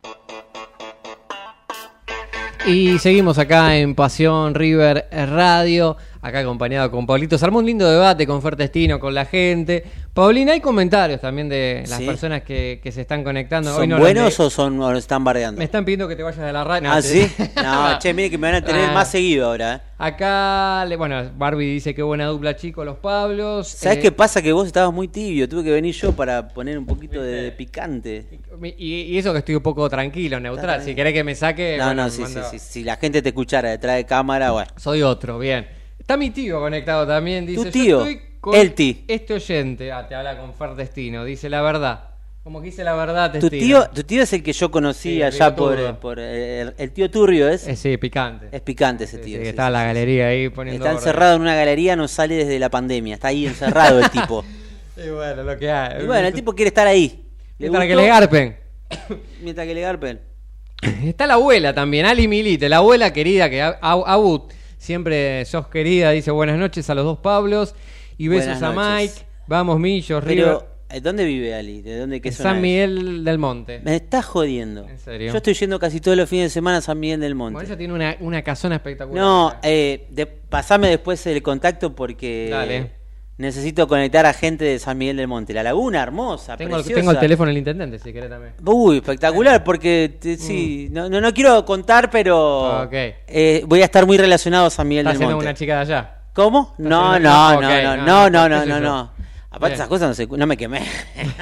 Speaker 3: Y seguimos acá en Pasión River Radio, acá acompañado con Paulito. Se armó un lindo debate con Fertestino, con la gente. Paulina, hay comentarios también de las
Speaker 4: Sí.
Speaker 3: personas que, que se están conectando. Hoy
Speaker 4: ¿Son
Speaker 3: no los
Speaker 4: buenos
Speaker 3: leí.
Speaker 4: o son o están bardeando?
Speaker 3: Me están pidiendo que te vayas de la radio. No,
Speaker 4: ¿Ah,
Speaker 3: te- [LAUGHS]
Speaker 4: sí? [LAUGHS] No, che, mire que me van a tener
Speaker 3: Ah.
Speaker 4: más seguido ahora. ¿eh?
Speaker 3: Acá, le- bueno, Barbie dice que buena dupla, chico, los Pablos.
Speaker 4: ¿Sabés
Speaker 3: Eh,
Speaker 4: qué pasa? Que vos estabas muy tibio, tuve que venir yo para poner un poquito de, de picante.
Speaker 3: Y, y eso que estoy un poco tranquilo, neutral. Si querés que me saque.
Speaker 4: No,
Speaker 3: bueno,
Speaker 4: no,
Speaker 3: me
Speaker 4: sí, sí,
Speaker 3: manda-
Speaker 4: sí. Si la gente te escuchara detrás de cámara, bueno.
Speaker 3: Soy otro, bien. Está mi tío conectado también, dice.
Speaker 4: Tu
Speaker 3: "Yo
Speaker 4: tío,
Speaker 3: estoy con
Speaker 4: el ti".
Speaker 3: Este oyente, ah, te habla con Fer Destino, dice la verdad. Como que dice la verdad,
Speaker 4: Tu
Speaker 3: Destino.
Speaker 4: tío, tu tío es el que yo conocí
Speaker 3: Sí,
Speaker 4: allá
Speaker 3: pelotudo.
Speaker 4: por, por eh, el, el tío Turbio, ¿es?
Speaker 3: Eh,
Speaker 4: Es,
Speaker 3: sí, picante.
Speaker 4: picante
Speaker 3: Sí,
Speaker 4: ese Este tío.
Speaker 3: sí, que
Speaker 4: sí,
Speaker 3: está en
Speaker 4: sí,
Speaker 3: la
Speaker 4: sí.
Speaker 3: galería ahí poniendo.
Speaker 4: Está
Speaker 3: orden.
Speaker 4: encerrado en una galería, no sale desde la pandemia, está ahí encerrado
Speaker 3: [LAUGHS]
Speaker 4: el tipo.
Speaker 3: Y bueno, lo que hay.
Speaker 4: Y
Speaker 3: [LAUGHS]
Speaker 4: bueno, el tipo quiere estar ahí. Le
Speaker 3: Mientras que
Speaker 4: gustó,
Speaker 3: le garpen.
Speaker 4: Mientras que le garpen.
Speaker 3: Está la abuela también, Ali Milite, la abuela querida que a- a- Abut siempre sos querida, dice buenas noches a los dos Pablos y besos
Speaker 4: Buenas
Speaker 3: a
Speaker 4: noches.
Speaker 3: Mike. Vamos, Millos, Río.
Speaker 4: Pero, ¿eh, ¿dónde vive Ali? ¿De dónde qué
Speaker 3: En
Speaker 4: zona
Speaker 3: San
Speaker 4: es?
Speaker 3: Miguel del Monte.
Speaker 4: Me estás jodiendo.
Speaker 3: ¿En serio?
Speaker 4: Yo estoy yendo casi todos los fines de semana a San Miguel del
Speaker 3: Bueno,
Speaker 4: Monte.
Speaker 3: ella tiene una, una casona espectacular.
Speaker 4: No, eh, de- pasame después el contacto porque
Speaker 3: Dale.
Speaker 4: necesito conectar a gente de San Miguel del Monte. La laguna, hermosa,
Speaker 3: tengo, el,
Speaker 4: preciosa.
Speaker 3: tengo el teléfono del intendente, si querés también.
Speaker 4: Uy, espectacular, porque te- sí, no, no, no quiero contar, pero
Speaker 3: Ah, Ok.
Speaker 4: eh, voy a estar muy relacionado a San Miguel
Speaker 3: Está
Speaker 4: del
Speaker 3: haciendo
Speaker 4: Monte.
Speaker 3: una chica de allá.
Speaker 4: ¿Cómo? No,
Speaker 3: haciendo-
Speaker 4: no,
Speaker 3: ok, no,
Speaker 4: no, no, no,
Speaker 3: qué
Speaker 4: no,
Speaker 3: sé
Speaker 4: no,
Speaker 3: yo.
Speaker 4: no. Aparte
Speaker 3: Bien.
Speaker 4: esas cosas no, se, cu- no me
Speaker 3: [LAUGHS]
Speaker 4: quemé.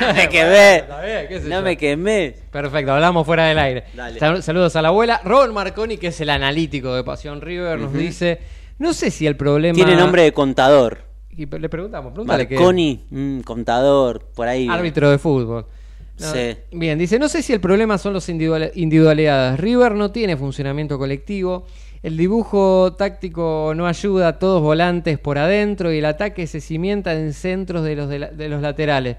Speaker 4: No me quemé.
Speaker 3: está bien, qué sé
Speaker 4: Eh, No
Speaker 3: yo.
Speaker 4: me quemé.
Speaker 3: Perfecto, hablamos fuera del aire.
Speaker 4: Dale.
Speaker 3: Sal- Saludos a la abuela. Robert Marconi, que es el analítico de Pasión River, nos dice, no sé si el problema...
Speaker 4: Tiene nombre de contador.
Speaker 3: Y pe- le preguntamos, pregúntale que-
Speaker 4: Marconi, mm, contador, por ahí.
Speaker 3: Árbitro de fútbol. No,
Speaker 4: Sí.
Speaker 3: Bien, dice, no sé si el problema son los individual- individualidades. River no tiene funcionamiento colectivo, el dibujo táctico no ayuda, todos volantes por adentro y el ataque se cimienta en centros de los, de la- de los laterales.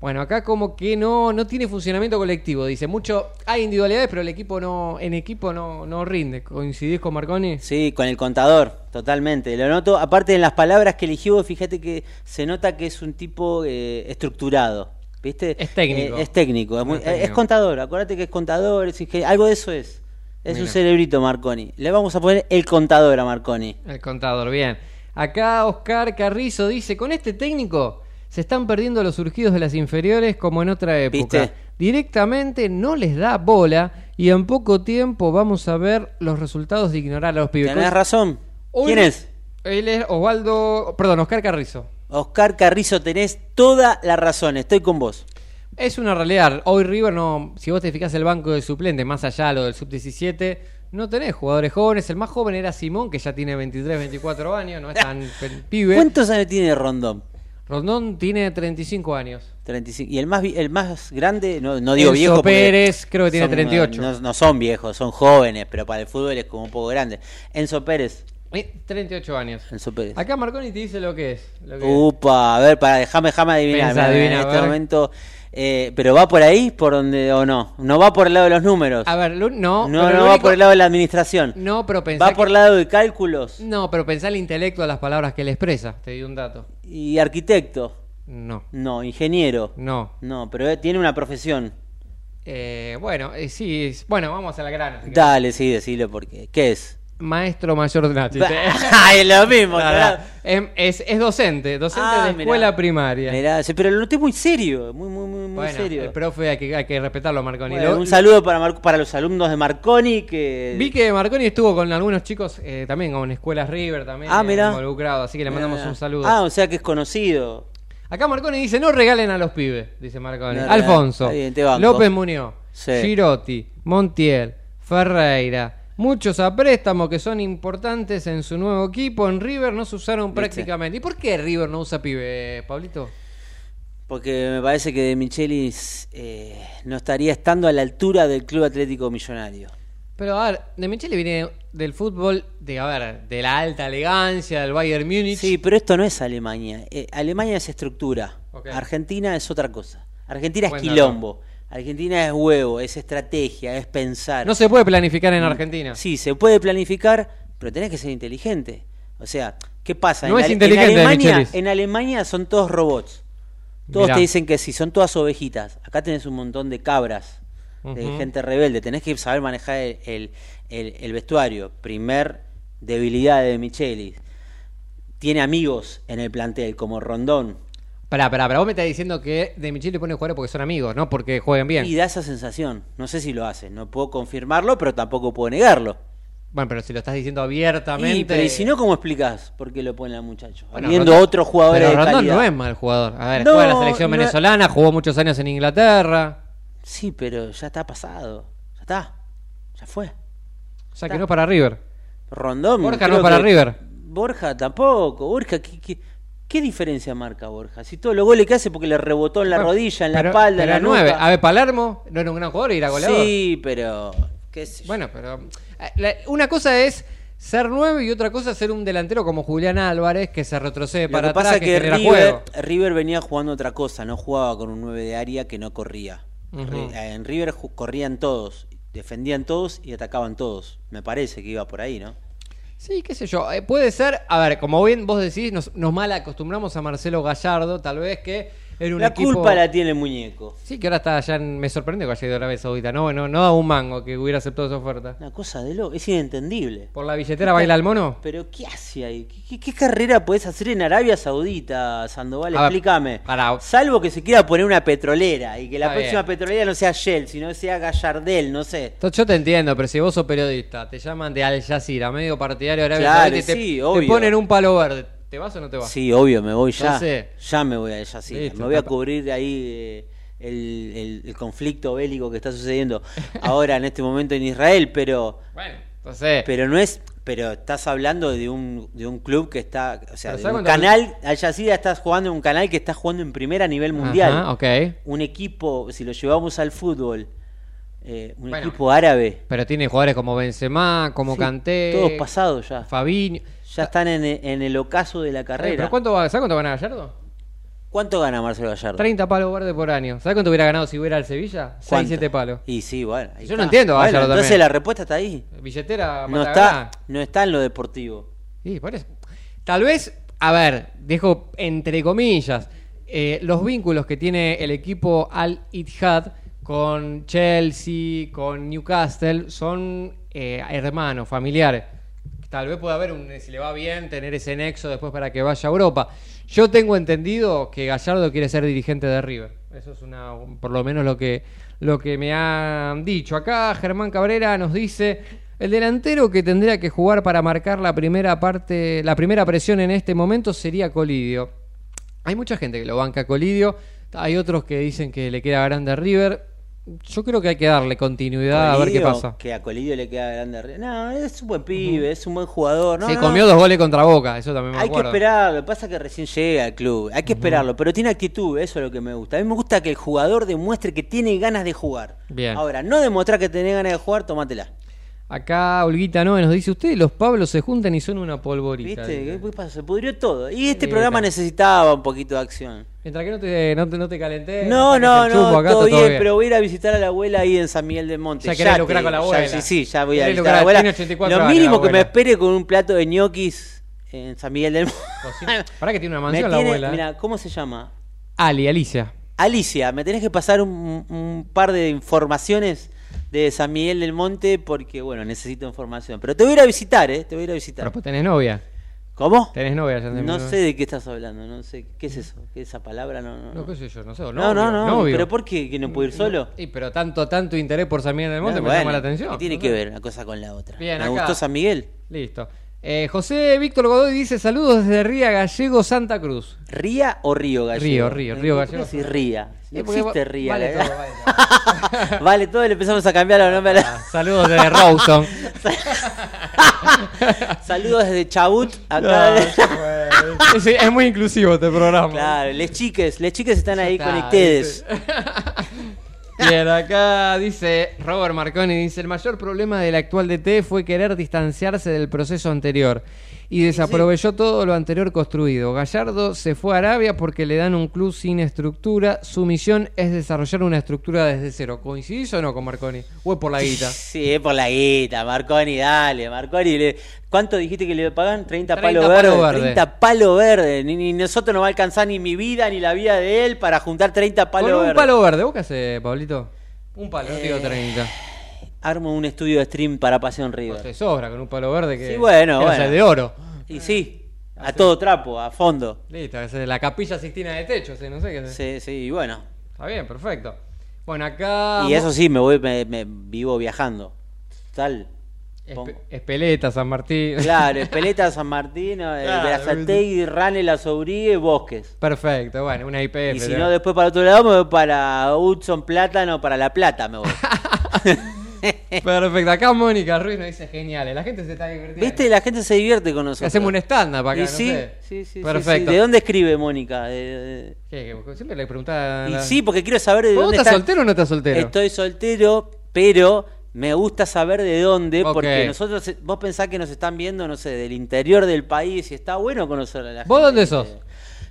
Speaker 3: Bueno, acá como que no, no tiene funcionamiento colectivo, dice. Mucho, hay individualidades, pero el equipo no, en equipo no, no rinde. ¿Coincidís con Marconi?
Speaker 4: Sí, con el contador, totalmente. Lo noto. Aparte en las palabras que eligió, fíjate que se nota que es un tipo eh, estructurado. ¿Viste?
Speaker 3: Es técnico.
Speaker 4: Eh, es técnico. Es, muy-
Speaker 3: Es técnico.
Speaker 4: eh, es contador. Acuérdate que es contador. Es ingeniero, algo de eso es. Es un
Speaker 3: Mira.
Speaker 4: cerebrito, Marconi. Le vamos a poner el contador a Marconi.
Speaker 3: El contador, bien. Acá Oscar Carrizo dice, con este técnico se están perdiendo los surgidos de las inferiores como en otra época.
Speaker 4: ¿Viste?
Speaker 3: Directamente no les da bola y en poco tiempo vamos a ver los resultados de ignorar a los pibes.
Speaker 4: Tenés razón.
Speaker 3: Hoy-
Speaker 4: ¿Quién es?
Speaker 3: Él es Osvaldo, perdón, Oscar Carrizo.
Speaker 4: Oscar Carrizo, tenés toda la razón. Estoy con vos.
Speaker 3: Es una realidad. Hoy River no, si vos te fijas el banco de suplentes, más allá de lo del sub-17, no tenés jugadores jóvenes. El más joven era Simón, que ya tiene 23, 24 años, no es tan
Speaker 4: [LAUGHS]
Speaker 3: pe- pibe.
Speaker 4: ¿Cuántos años tiene Rondón?
Speaker 3: Rondón tiene 35 años.
Speaker 4: 35. Y el más, vi- el más grande, no, no digo
Speaker 3: Enzo
Speaker 4: viejo. porque
Speaker 3: Pérez, creo que tiene
Speaker 4: son,
Speaker 3: 38.
Speaker 4: No, no son viejos, son jóvenes, pero para el fútbol es como un poco grande. Enzo Pérez.
Speaker 3: Eh, 38 años.
Speaker 4: Enzo Pérez.
Speaker 3: Acá Marconi te dice lo que es. lo que
Speaker 4: Uh. Upa, a ver, para, déjame, déjame adivinar.
Speaker 3: Pensá,
Speaker 4: mirá, mirá,
Speaker 3: adivina,
Speaker 4: en
Speaker 3: a
Speaker 4: este
Speaker 3: ver.
Speaker 4: momento. eh, pero va por ahí, por donde o no. No va por el lado de los números.
Speaker 3: es. A ver, lo- no.
Speaker 4: no,
Speaker 3: pero
Speaker 4: no
Speaker 3: lo
Speaker 4: va
Speaker 3: único-
Speaker 4: por el lado de la administración.
Speaker 3: No, pero pensá.
Speaker 4: va
Speaker 3: que-
Speaker 4: por el lado de cálculos
Speaker 3: No, pero pensá el intelecto de las palabras que él expresa. Te di un dato.
Speaker 4: y arquitecto.
Speaker 3: No.
Speaker 4: No, ingeniero.
Speaker 3: No.
Speaker 4: No, pero eh, tiene una profesión.
Speaker 3: Eh, bueno, eh, sí. es- Bueno, vamos a la grana. si querés.
Speaker 4: Dale, sí, decilo porque. ¿Qué es?
Speaker 3: Maestro mayor de Nah,
Speaker 4: [LAUGHS]
Speaker 3: chiste.
Speaker 4: es
Speaker 3: [LAUGHS]
Speaker 4: lo mismo,
Speaker 3: Nah, nah.
Speaker 4: tarado.
Speaker 3: Em, es, es docente. Docente
Speaker 4: Ah,
Speaker 3: de
Speaker 4: mirá.
Speaker 3: escuela primaria.
Speaker 4: Mirá, sí, pero lo noté muy serio, muy, muy, muy, muy
Speaker 3: Bueno,
Speaker 4: serio.
Speaker 3: el profe hay que, hay que respetarlo, Marconi.
Speaker 4: Bueno,
Speaker 3: Lo-
Speaker 4: un saludo para, Mar- para los alumnos de Marconi que...
Speaker 3: Vi que Marconi estuvo con algunos chicos eh, también, con Escuelas River también
Speaker 4: Ah,
Speaker 3: eh,
Speaker 4: mirá.
Speaker 3: involucrado, así que le
Speaker 4: Mirá,
Speaker 3: mandamos
Speaker 4: mirá.
Speaker 3: un saludo.
Speaker 4: Ah, o sea que es conocido.
Speaker 3: Acá Marconi dice, no regalen a los pibes, dice Marconi.
Speaker 4: No regalen.
Speaker 3: Alfonso,
Speaker 4: Está bien, te banco.
Speaker 3: López Muñoz,
Speaker 4: Sí.
Speaker 3: Girotti, Montiel, Ferreira, muchos a préstamo que son importantes en su nuevo equipo. En River no se usaron
Speaker 4: Viste.
Speaker 3: prácticamente. ¿Y por qué River no usa pibe, Pablito?
Speaker 4: Porque me parece que De Michelis eh, no estaría estando a la altura del Club Atlético Millonario.
Speaker 3: Pero a ver, De Michele viene del fútbol, de, a ver, de la alta elegancia, del Bayern Múnich.
Speaker 4: Sí, pero esto no es Alemania. Eh, Alemania es estructura.
Speaker 3: Ok.
Speaker 4: Argentina es otra cosa. Argentina es
Speaker 3: Buen dato.
Speaker 4: quilombo. Argentina es huevo, es estrategia, es pensar.
Speaker 3: No se puede planificar
Speaker 4: Mm.
Speaker 3: en Argentina.
Speaker 4: Sí, se puede planificar, pero tenés que ser inteligente. O sea, ¿qué pasa?
Speaker 3: No es
Speaker 4: Ale-
Speaker 3: inteligente,
Speaker 4: Alemania,
Speaker 3: Michelis.
Speaker 4: en Alemania son todos robots. Todos
Speaker 3: Mirá.
Speaker 4: te dicen que sí, son todas ovejitas. Acá tenés un montón de cabras, de
Speaker 3: Ujú.
Speaker 4: gente rebelde. Tenés que saber manejar el, el- el- el vestuario. Primer debilidad de Michelis. Tiene amigos en el plantel, como Rondón.
Speaker 3: Pará, pará, pará. Vos me estás diciendo que De Michele pone jugadores porque son amigos, no porque jueguen bien.
Speaker 4: Y da esa sensación. No sé si lo hace. No puedo confirmarlo, pero tampoco puedo negarlo.
Speaker 3: Bueno, pero si lo estás diciendo
Speaker 4: Y,
Speaker 3: abiertamente.
Speaker 4: pero y si no, ¿cómo explicás por qué lo ponen al muchacho?
Speaker 3: Bueno,
Speaker 4: Viendo
Speaker 3: Rondón-
Speaker 4: otros jugadores
Speaker 3: Pero
Speaker 4: de
Speaker 3: Rondón
Speaker 4: calidad.
Speaker 3: no es mal jugador. A ver,
Speaker 4: No,
Speaker 3: juega en la selección
Speaker 4: no es-
Speaker 3: venezolana, jugó muchos años en Inglaterra.
Speaker 4: Sí, pero ya está pasado. Ya está. Ya fue.
Speaker 3: O sea, que no es para River.
Speaker 4: Rondón.
Speaker 3: Borja
Speaker 4: creo
Speaker 3: no es para
Speaker 4: que-
Speaker 3: River.
Speaker 4: Borja tampoco. Borja, ¿qué, qué, qué diferencia marca Borja? Si todos los goles que hace porque le rebotó en la
Speaker 3: Bueno,
Speaker 4: rodilla, en la
Speaker 3: pero-
Speaker 4: espalda, en
Speaker 3: pero
Speaker 4: la nuca.
Speaker 3: nueve. A ver, Palermo no era un gran jugador y era goleador.
Speaker 4: Sí, pero. ¿qué sé yo.
Speaker 3: Bueno, pero. eh, la- Una cosa es ser nueve y otra cosa es ser un delantero como Julián Álvarez que se retrocede
Speaker 4: Lo
Speaker 3: para
Speaker 4: que pasa
Speaker 3: atrás,
Speaker 4: es
Speaker 3: que,
Speaker 4: que
Speaker 3: genera
Speaker 4: River,
Speaker 3: juego.
Speaker 4: River venía jugando otra cosa, no jugaba con un 9 de área que no corría. Ri-
Speaker 3: Ujú.
Speaker 4: En River ju- corrían todos, defendían todos y atacaban todos. Me parece que iba por ahí, ¿no?
Speaker 3: Sí, qué sé yo. Eh, puede ser, a ver, como bien vos decís, nos, nos mal acostumbramos a Marcelo Gallardo, tal vez que Era un
Speaker 4: La
Speaker 3: equipo-
Speaker 4: culpa la tiene el muñeco.
Speaker 3: Sí, que ahora está allá. en- Me sorprendió que haya ido a Arabia Saudita. No, no, no da un mango que hubiera aceptado esa oferta.
Speaker 4: Una cosa de loco, es inentendible.
Speaker 3: ¿Por la billetera baila el mono?
Speaker 4: Pero ¿qué hace ahí? ¿Qué, qué- qué carrera podés hacer en Arabia Saudita, Sandoval?
Speaker 3: A ver,
Speaker 4: Explícame.
Speaker 3: pará.
Speaker 4: Salvo que se quiera poner una petrolera y que la
Speaker 3: Está
Speaker 4: próxima
Speaker 3: bien.
Speaker 4: petrolera no sea Shell, sino que sea Gallardel, no sé.
Speaker 3: To- Yo te entiendo, pero si vos sos periodista, te llaman de Al Jazeera, medio partidario de Arabia
Speaker 4: Claro,
Speaker 3: Saudita, y te,
Speaker 4: sí,
Speaker 3: te
Speaker 4: obvio.
Speaker 3: ponen un palo verde. ¿Te vas o no te vas?
Speaker 4: Sí, obvio, me voy ya.
Speaker 3: Entonces-
Speaker 4: ya me voy a ella, sí.
Speaker 3: Listo,
Speaker 4: me voy a
Speaker 3: tapa.
Speaker 4: cubrir ahí eh, el, el- el conflicto bélico que está sucediendo ahora en este momento en Israel, pero
Speaker 3: Bueno, entonces.
Speaker 4: pero no es pero estás hablando de un, de un club que está, o sea,
Speaker 3: Pero
Speaker 4: de
Speaker 3: ¿sabes
Speaker 4: un
Speaker 3: cuánto-
Speaker 4: canal, Al Jazeera estás jugando en un canal que está jugando en primera a nivel mundial.
Speaker 3: Ajá, ok.
Speaker 4: Un equipo, si lo llevamos al fútbol, eh, un
Speaker 3: Bueno.
Speaker 4: equipo árabe,
Speaker 3: Pero tiene jugadores como Benzema, como
Speaker 4: Sí,
Speaker 3: Kanté.
Speaker 4: todos pasados ya.
Speaker 3: Fabinho.
Speaker 4: Ya están en, en el ocaso de la
Speaker 3: Eh,
Speaker 4: carrera.
Speaker 3: ¿Pero cuánto va, ¿Sabes cuánto gana Gallardo?
Speaker 4: ¿Cuánto gana Marcelo Gallardo?
Speaker 3: 30 palos verdes por año. ¿Sabes cuánto hubiera ganado si hubiera al Sevilla? 6,
Speaker 4: ¿Cuánto?
Speaker 3: 7 palos.
Speaker 4: Y sí, bueno. ahí
Speaker 3: Yo no entiendo a
Speaker 4: Bueno,
Speaker 3: Gallardo
Speaker 4: entonces
Speaker 3: también.
Speaker 4: la respuesta está ahí.
Speaker 3: Billetera,
Speaker 4: No
Speaker 3: mata
Speaker 4: está,
Speaker 3: gana.
Speaker 4: no está en lo deportivo.
Speaker 3: Sí, por eso. Tal vez, a ver, dejo entre comillas, eh, los vínculos que tiene el equipo Al Ittihad con Chelsea, con Newcastle, son eh, hermanos, familiares. Tal vez pueda haber, un, eh, si le va bien, tener ese nexo después para que vaya a Europa. Yo tengo entendido que Gallardo quiere ser dirigente de River. Eso es una, por lo menos lo que, lo que me han dicho. Acá Germán Cabrera nos dice, el delantero que tendría que jugar para marcar la primera parte, la primera presión en este momento sería Colidio. Hay mucha gente que lo banca a Colidio, hay otros que dicen que le queda grande a River. Yo creo que hay que darle continuidad a ver qué
Speaker 4: Colidio,
Speaker 3: pasa.
Speaker 4: Que a Colidio le queda grande arriba. No, es un buen pibe, es un buen jugador. No,
Speaker 3: Se
Speaker 4: no,
Speaker 3: comió dos goles contra Boca, eso también me
Speaker 4: Hay que
Speaker 3: acuerdo.
Speaker 4: esperarlo, pasa que recién llega al club, hay que esperarlo, pero tiene actitud, eso es lo que me gusta. A mí me gusta que el jugador demuestre que tiene ganas de jugar.
Speaker 3: Bien.
Speaker 4: Ahora, no demostrar que tenés ganas de jugar, tomátela.
Speaker 3: Acá Olguita Noe nos dice, ustedes los Pablos se juntan y son una polvorita.
Speaker 4: ¿Viste?
Speaker 3: dice.
Speaker 4: ¿Qué pasa? Se pudrió todo. Y este
Speaker 3: Sí,
Speaker 4: programa
Speaker 3: está.
Speaker 4: necesitaba un poquito de acción.
Speaker 3: Mientras que no te, no te, no te calenté.
Speaker 4: No,
Speaker 3: saques
Speaker 4: no,
Speaker 3: el
Speaker 4: no,
Speaker 3: chumbo acá,
Speaker 4: todo
Speaker 3: está
Speaker 4: bien, pero voy a ir a visitar a la abuela ahí en San Miguel del Monte.
Speaker 3: Ya querés
Speaker 4: te
Speaker 3: lucrar con la
Speaker 4: digo,
Speaker 3: abuela.
Speaker 4: ya, sí, sí, ya voy a
Speaker 3: Querés
Speaker 4: visitar
Speaker 3: lucrar,
Speaker 4: a la
Speaker 3: tiene
Speaker 4: abuela.
Speaker 3: 84
Speaker 4: Lo
Speaker 3: años la
Speaker 4: mínimo que me
Speaker 3: abuela.
Speaker 4: espere con un plato de ñoquis en San Miguel del Monte. [LAUGHS]
Speaker 3: Cocina- Pará que tiene una
Speaker 4: Me
Speaker 3: mansión la
Speaker 4: tiene-
Speaker 3: abuela. eh.
Speaker 4: Mira, ¿cómo se llama?
Speaker 3: Ali, Alicia.
Speaker 4: Alicia, me tenés que pasar un, un par de informaciones de San Miguel del Monte porque, bueno, necesito información. Pero te voy a ir a visitar, ¿eh? Te voy a ir a
Speaker 3: Pero
Speaker 4: visitar.
Speaker 3: pues tenés novia.
Speaker 4: ¿Cómo?
Speaker 3: Tenés novia ya
Speaker 4: No sé de qué estás hablando, no sé. ¿Qué es eso? ¿Qué es esa palabra? No, no,
Speaker 3: No,
Speaker 4: no.
Speaker 3: qué sé yo, no sé. o
Speaker 4: No, no,
Speaker 3: novio,
Speaker 4: no.
Speaker 3: novio.
Speaker 4: ¿Pero por qué? ¿Que no puedo ir solo?
Speaker 3: Y pero tanto, tanto interés por San Miguel del Monte
Speaker 4: Ah,
Speaker 3: me
Speaker 4: bueno,
Speaker 3: llama la atención.
Speaker 4: ¿Qué tiene
Speaker 3: No
Speaker 4: que
Speaker 3: sé.
Speaker 4: ver una cosa con la otra?
Speaker 3: Bien,
Speaker 4: me
Speaker 3: acá.
Speaker 4: gustó San Miguel.
Speaker 3: Listo. Eh, José Víctor Godoy dice saludos desde Ría Gallego, Santa Cruz.
Speaker 4: ¿Ría o Río
Speaker 3: Río,
Speaker 4: Gallego?
Speaker 3: Río, Río
Speaker 4: ¿Por
Speaker 3: Gallego.
Speaker 4: qué decís Ría. No
Speaker 3: Eh, porque
Speaker 4: existe
Speaker 3: va-
Speaker 4: Ría.
Speaker 3: vale
Speaker 4: la-
Speaker 3: todo, vale todo.
Speaker 4: [LAUGHS] Vale, todo le empezamos a cambiar los nombres.
Speaker 3: Ah, saludos desde Rawson.
Speaker 4: [LAUGHS]
Speaker 3: [LAUGHS]
Speaker 4: Saludos desde Chabut. Acá.
Speaker 3: No, es, es muy inclusivo este programa.
Speaker 4: [LAUGHS] Claro, les chiques, les chiques están ahí
Speaker 3: Está,
Speaker 4: con ustedes.
Speaker 3: dice. Bien, acá dice Robert Marconi, dice, el mayor problema del actual DT fue querer distanciarse del proceso anterior y desaprovechó todo lo anterior construido. Gallardo se fue a Arabia porque le dan un club sin estructura, su misión es desarrollar una estructura desde cero. ¿Coincidís o no con Marconi? ¿O es por la
Speaker 4: [LAUGHS]
Speaker 3: guita?
Speaker 4: Sí, es por la guita, Marconi, dale, Marconi. le- ¿Cuánto dijiste que le pagan?
Speaker 3: 30
Speaker 4: 30, palos
Speaker 3: palo
Speaker 4: verdes.
Speaker 3: verde.
Speaker 4: 30 palos verdes. Ni, ni nosotros no va a alcanzar ni mi vida ni la vida de él para juntar 30
Speaker 3: Con
Speaker 4: palos
Speaker 3: un
Speaker 4: verdes.
Speaker 3: palo verde. ¿Vos qué hacés, Pablito? Un palo, no te
Speaker 4: Eh.
Speaker 3: digo 30.
Speaker 4: Armo un estudio de stream para Pasión River.
Speaker 3: Vos te sobra con un palo verde que
Speaker 4: Sí, bueno,
Speaker 3: que
Speaker 4: bueno.
Speaker 3: hace de oro.
Speaker 4: Y sí,
Speaker 3: ¿Ah,
Speaker 4: a todo trapo, a fondo.
Speaker 3: Listo, hace la capilla Sixtina de techo, hace, no sé qué hace.
Speaker 4: Sí, sí, y bueno.
Speaker 3: Está bien, perfecto. Bueno, acá.
Speaker 4: Y eso sí, me voy, me, me vivo viajando. Tal. Pongo-
Speaker 3: Espe- Espeleta, San Martín.
Speaker 4: Claro, Espeleta, San Martín,
Speaker 3: Claro,
Speaker 4: Berazategui, Rane, La Sobríe, Bosques.
Speaker 3: [LAUGHS] Perfecto, bueno, una IPF.
Speaker 4: Y si no, después para otro lado me voy para Hudson Plátano, para La
Speaker 3: [LAUGHS]
Speaker 4: Plata me voy.
Speaker 3: [LAUGHS] Perfecto, acá Mónica Ruiz nos dice geniales. La gente se está divirtiendo.
Speaker 4: ¿Viste? La gente se divierte con nosotros.
Speaker 3: Hacemos un stand-up acá.
Speaker 4: Y
Speaker 3: no
Speaker 4: sí,
Speaker 3: sé.
Speaker 4: sí, sí, sí,
Speaker 3: Perfecto.
Speaker 4: sí. ¿De dónde escribe Mónica? De-
Speaker 3: ¿Qué? ¿Qué? Siempre le preguntaba.
Speaker 4: de- Y sí, porque quiero saber de
Speaker 3: Ah, ¿Vos
Speaker 4: dónde
Speaker 3: estás
Speaker 4: está-
Speaker 3: soltero o no estás soltero?
Speaker 4: Estoy soltero, pero me gusta saber de dónde,
Speaker 3: Ok.
Speaker 4: porque nosotros, vos pensás que nos están viendo, no sé, del interior del país, y está bueno conocer a la gente.
Speaker 3: ¿Vos dónde sos?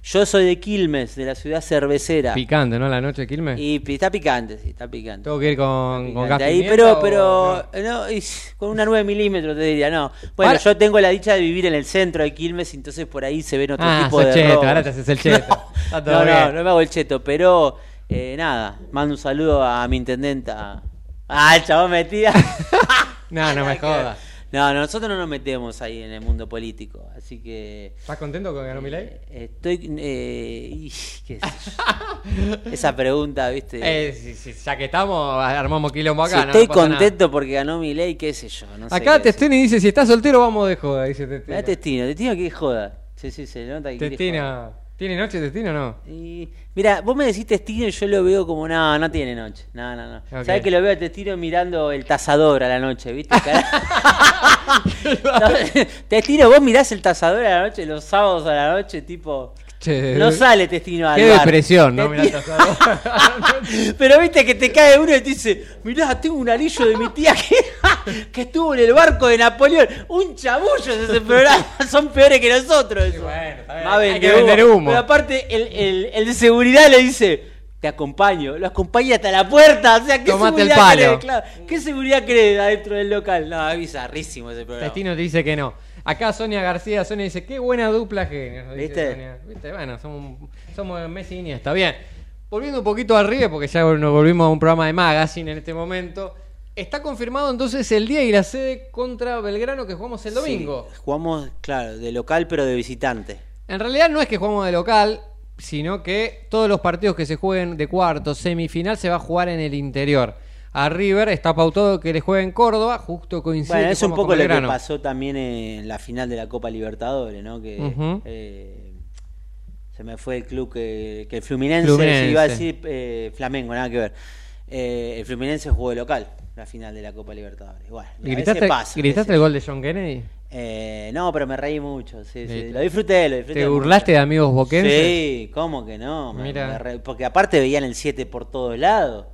Speaker 4: Yo soy de Quilmes, de la ciudad cervecera.
Speaker 3: Picante, ¿no? La noche de Quilmes.
Speaker 4: y pi- está picante, sí, está picante.
Speaker 3: Tengo que ir con, con
Speaker 4: Picante
Speaker 3: gas
Speaker 4: ahí,
Speaker 3: pimienta
Speaker 4: pero,
Speaker 3: o-
Speaker 4: [LAUGHS] pero, eh, no, y con una 9 milímetros te diría, no. Bueno,
Speaker 3: Para-
Speaker 4: yo tengo la dicha de vivir en el centro de Quilmes, entonces por ahí se ven otro
Speaker 3: Ah,
Speaker 4: tipo
Speaker 3: sos
Speaker 4: de
Speaker 3: cheto,
Speaker 4: robos.
Speaker 3: ahora te haces el cheto. Está
Speaker 4: [LAUGHS] No,
Speaker 3: todo
Speaker 4: no, no,
Speaker 3: bien.
Speaker 4: no me hago el cheto, pero eh, nada, mando un saludo a mi intendenta. Ah, el
Speaker 3: [LAUGHS]
Speaker 4: chabón metía.
Speaker 3: No, no me jodas.
Speaker 4: No, no, nosotros no nos metemos ahí en el mundo político, así que...
Speaker 3: ¿Estás contento con que ganó Milei?
Speaker 4: eh, Estoy... eh, y- qué sé
Speaker 3: [LAUGHS]
Speaker 4: yo. Esa pregunta, viste...
Speaker 3: Eh, sí, sí, ya que estamos, armamos quilombo
Speaker 4: Si
Speaker 3: acá. no
Speaker 4: estoy
Speaker 3: pasa nada.
Speaker 4: contento porque ganó mi ley, qué sé yo. No sé
Speaker 3: Acá
Speaker 4: qué decir.
Speaker 3: Testini dice, si estás soltero vamos de joda, dice Testina.
Speaker 4: Me da Testino, Testino que joda. Sí, sí, se nota que quiere joder.
Speaker 3: Testina. ¿Tiene noche Testina o no?
Speaker 4: Y, mira, vos me decís Testino y yo lo veo como, no, no tiene noche. No, no, no.
Speaker 3: Ok.
Speaker 4: ¿Sabés que lo veo a Testino mirando el tazador a la
Speaker 3: [LAUGHS]
Speaker 4: noche, viste? [LAUGHS] No, Testino, vos mirás el tazador a la noche, los sábados a la noche, tipo...
Speaker 3: Che,
Speaker 4: No sale Testino al
Speaker 3: Qué
Speaker 4: bar.
Speaker 3: depresión, ¿no? Mirá,
Speaker 4: Testino-
Speaker 3: estás
Speaker 4: [LAUGHS]
Speaker 3: ahora.
Speaker 4: Pero viste que te cae uno y te dice, mirá, tengo un anillo de mi tía que, [LAUGHS] que estuvo en el barco de Napoleón. Un chabullo es ese programa, [LAUGHS] son peores que nosotros. eso.
Speaker 3: bueno, está bien,
Speaker 4: Más
Speaker 3: hay que
Speaker 4: vendehumo.
Speaker 3: vender humo.
Speaker 4: Pero aparte, el, el- el de seguridad le dice, te acompaño, lo acompaña hasta la puerta. O sea, ¿qué
Speaker 3: Tomate el
Speaker 4: seguridad
Speaker 3: palo.
Speaker 4: crees? Claro, ¿Qué seguridad crees adentro del local? No, es bizarrísimo ese programa.
Speaker 3: Testino te dice que no. Acá Sonia García, Sonia dice, qué buena dupla genios. nos dice
Speaker 4: ¿Viste?
Speaker 3: Sonia. ¿Viste? Bueno, somos, somos Messi y Iniesta. Bien. Volviendo un poquito al río, porque ya nos volvimos a un programa de Magazine en este momento. Está confirmado entonces el día y la sede contra Belgrano que jugamos el domingo.
Speaker 4: Sí, jugamos, claro, de local pero de visitante.
Speaker 3: En realidad no es que jugamos de local, sino que todos los partidos que se jueguen de cuarto, semifinal, se va a jugar en el interior. A River está pautado que le juegue en Córdoba, justo coincide.
Speaker 4: Bueno,
Speaker 3: que
Speaker 4: es un
Speaker 3: jugamos con
Speaker 4: poco lo que
Speaker 3: Belgrano.
Speaker 4: pasó también en la final de la Copa Libertadores, ¿no? Que
Speaker 3: Ujú.
Speaker 4: eh, se me fue el club que, que el Fluminense,
Speaker 3: Fluminense.
Speaker 4: se iba a decir eh, Flamengo, nada que ver. Eh, el Fluminense jugó de local la final de la Copa Libertadores. Bueno, a veces
Speaker 3: ¿Gritaste,
Speaker 4: pasa, qué
Speaker 3: gritaste
Speaker 4: sé
Speaker 3: el
Speaker 4: yo.
Speaker 3: gol de John Kennedy?
Speaker 4: Eh, no, pero me reí mucho. sí, sí.
Speaker 3: Listo.
Speaker 4: Lo disfruté, lo disfruté.
Speaker 3: ¿Te
Speaker 4: mucho.
Speaker 3: burlaste de amigos boquenses?
Speaker 4: Sí, ¿cómo que no? Me-
Speaker 3: Mira.
Speaker 4: me re- porque aparte veían el 7 por todos lados.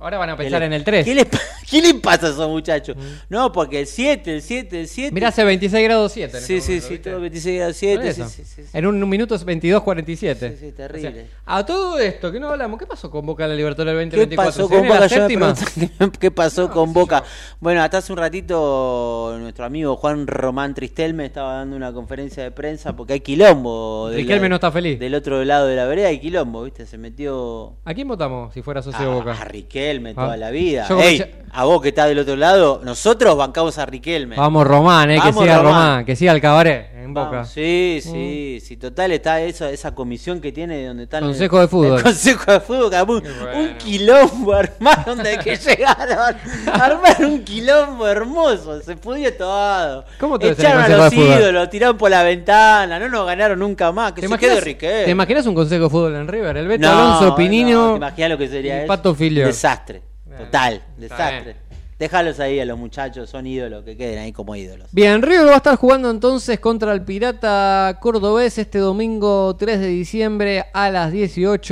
Speaker 3: Ahora van a
Speaker 4: ¿Qué
Speaker 3: pensar
Speaker 4: le-
Speaker 3: en el 3.
Speaker 4: ¿Qué le, pa- [LAUGHS] qué le pasa a esos muchachos? No, porque el 7, el 7, el 7.
Speaker 3: Mirá, hace 26 grados 7. en
Speaker 4: Sí,
Speaker 3: este
Speaker 4: sí,
Speaker 3: momento,
Speaker 4: sí,
Speaker 3: ¿viste?
Speaker 4: todo 26 grados
Speaker 3: Por
Speaker 4: 7. Sí,
Speaker 3: eso.
Speaker 4: sí, sí, sí.
Speaker 3: En un minuto es 22.47.
Speaker 4: Sí, sí, terrible.
Speaker 3: a todo esto que no hablamos, ¿qué pasó con Boca en la Libertadores del
Speaker 4: ¿Qué
Speaker 3: 2024? ¿Se
Speaker 4: pasó con
Speaker 3: viene
Speaker 4: Boca?
Speaker 3: la
Speaker 4: Yo me
Speaker 3: séptima?
Speaker 4: pregunto, ¿Qué pasó con Boca? Bueno, hasta hace un ratito nuestro amigo Juan Román Tristelme estaba dando una conferencia de prensa porque hay quilombo. del-
Speaker 3: Riquelme no está feliz.
Speaker 4: Del otro lado de la vereda hay quilombo, ¿viste? Se metió
Speaker 3: ¿A quién votamos si fuera socio
Speaker 4: a,
Speaker 3: de
Speaker 4: a
Speaker 3: Boca?
Speaker 4: Riquelme
Speaker 3: Ah.
Speaker 4: toda la vida.
Speaker 3: Yo
Speaker 4: Ey,
Speaker 3: ya-
Speaker 4: a vos que estás del otro lado, nosotros bancamos a Riquelme.
Speaker 3: Vamos Román, eh,
Speaker 4: Vamos,
Speaker 3: que siga Román.
Speaker 4: Román.
Speaker 3: que siga el cabaret en
Speaker 4: Vamos,
Speaker 3: Boca. Mm.
Speaker 4: sí, sí, sí. Total está esa, esa comisión que tiene donde está el-
Speaker 3: Consejo de fútbol.
Speaker 4: el consejo de fútbol, que armó un,
Speaker 3: bueno.
Speaker 4: un quilombo armaron
Speaker 3: [LAUGHS]
Speaker 4: de que llegaron. armaron un quilombo hermoso, se pudrió todo.
Speaker 3: ¿Cómo te ves en el
Speaker 4: Echaron a
Speaker 3: Consejo
Speaker 4: los
Speaker 3: de Fútbol?
Speaker 4: ídolos, tiraron por la ventana, no nos ganaron nunca más. Que
Speaker 3: ¿Te
Speaker 4: se
Speaker 3: imaginas,
Speaker 4: quede Riquelme.
Speaker 3: te imaginas un consejo de fútbol en River? El Beto
Speaker 4: No,
Speaker 3: Alonso,
Speaker 4: no, ¿te
Speaker 3: Pinino.
Speaker 4: imaginas lo que sería
Speaker 3: y
Speaker 4: eso?
Speaker 3: Pato Filio.
Speaker 4: Desastre.
Speaker 3: Bueno,
Speaker 4: Total,
Speaker 3: está
Speaker 4: desastre. Déjalos ahí a los muchachos, son ídolos, que queden ahí como ídolos.
Speaker 3: Bien, River va a estar jugando entonces contra el Pirata Cordobés este domingo 3 de diciembre a las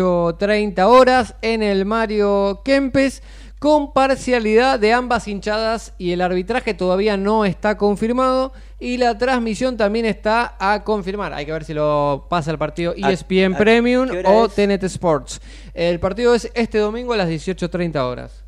Speaker 3: 18.30 horas en el Mario Kempes con parcialidad de ambas hinchadas y el arbitraje todavía no está confirmado y la transmisión también está a confirmar. Hay que ver si lo pasa el partido E
Speaker 4: ¿A-
Speaker 3: ESPN
Speaker 4: a-
Speaker 3: Premium
Speaker 4: qué hora
Speaker 3: o
Speaker 4: es?
Speaker 3: TNT Sports. El partido es este domingo a las 18.30 horas.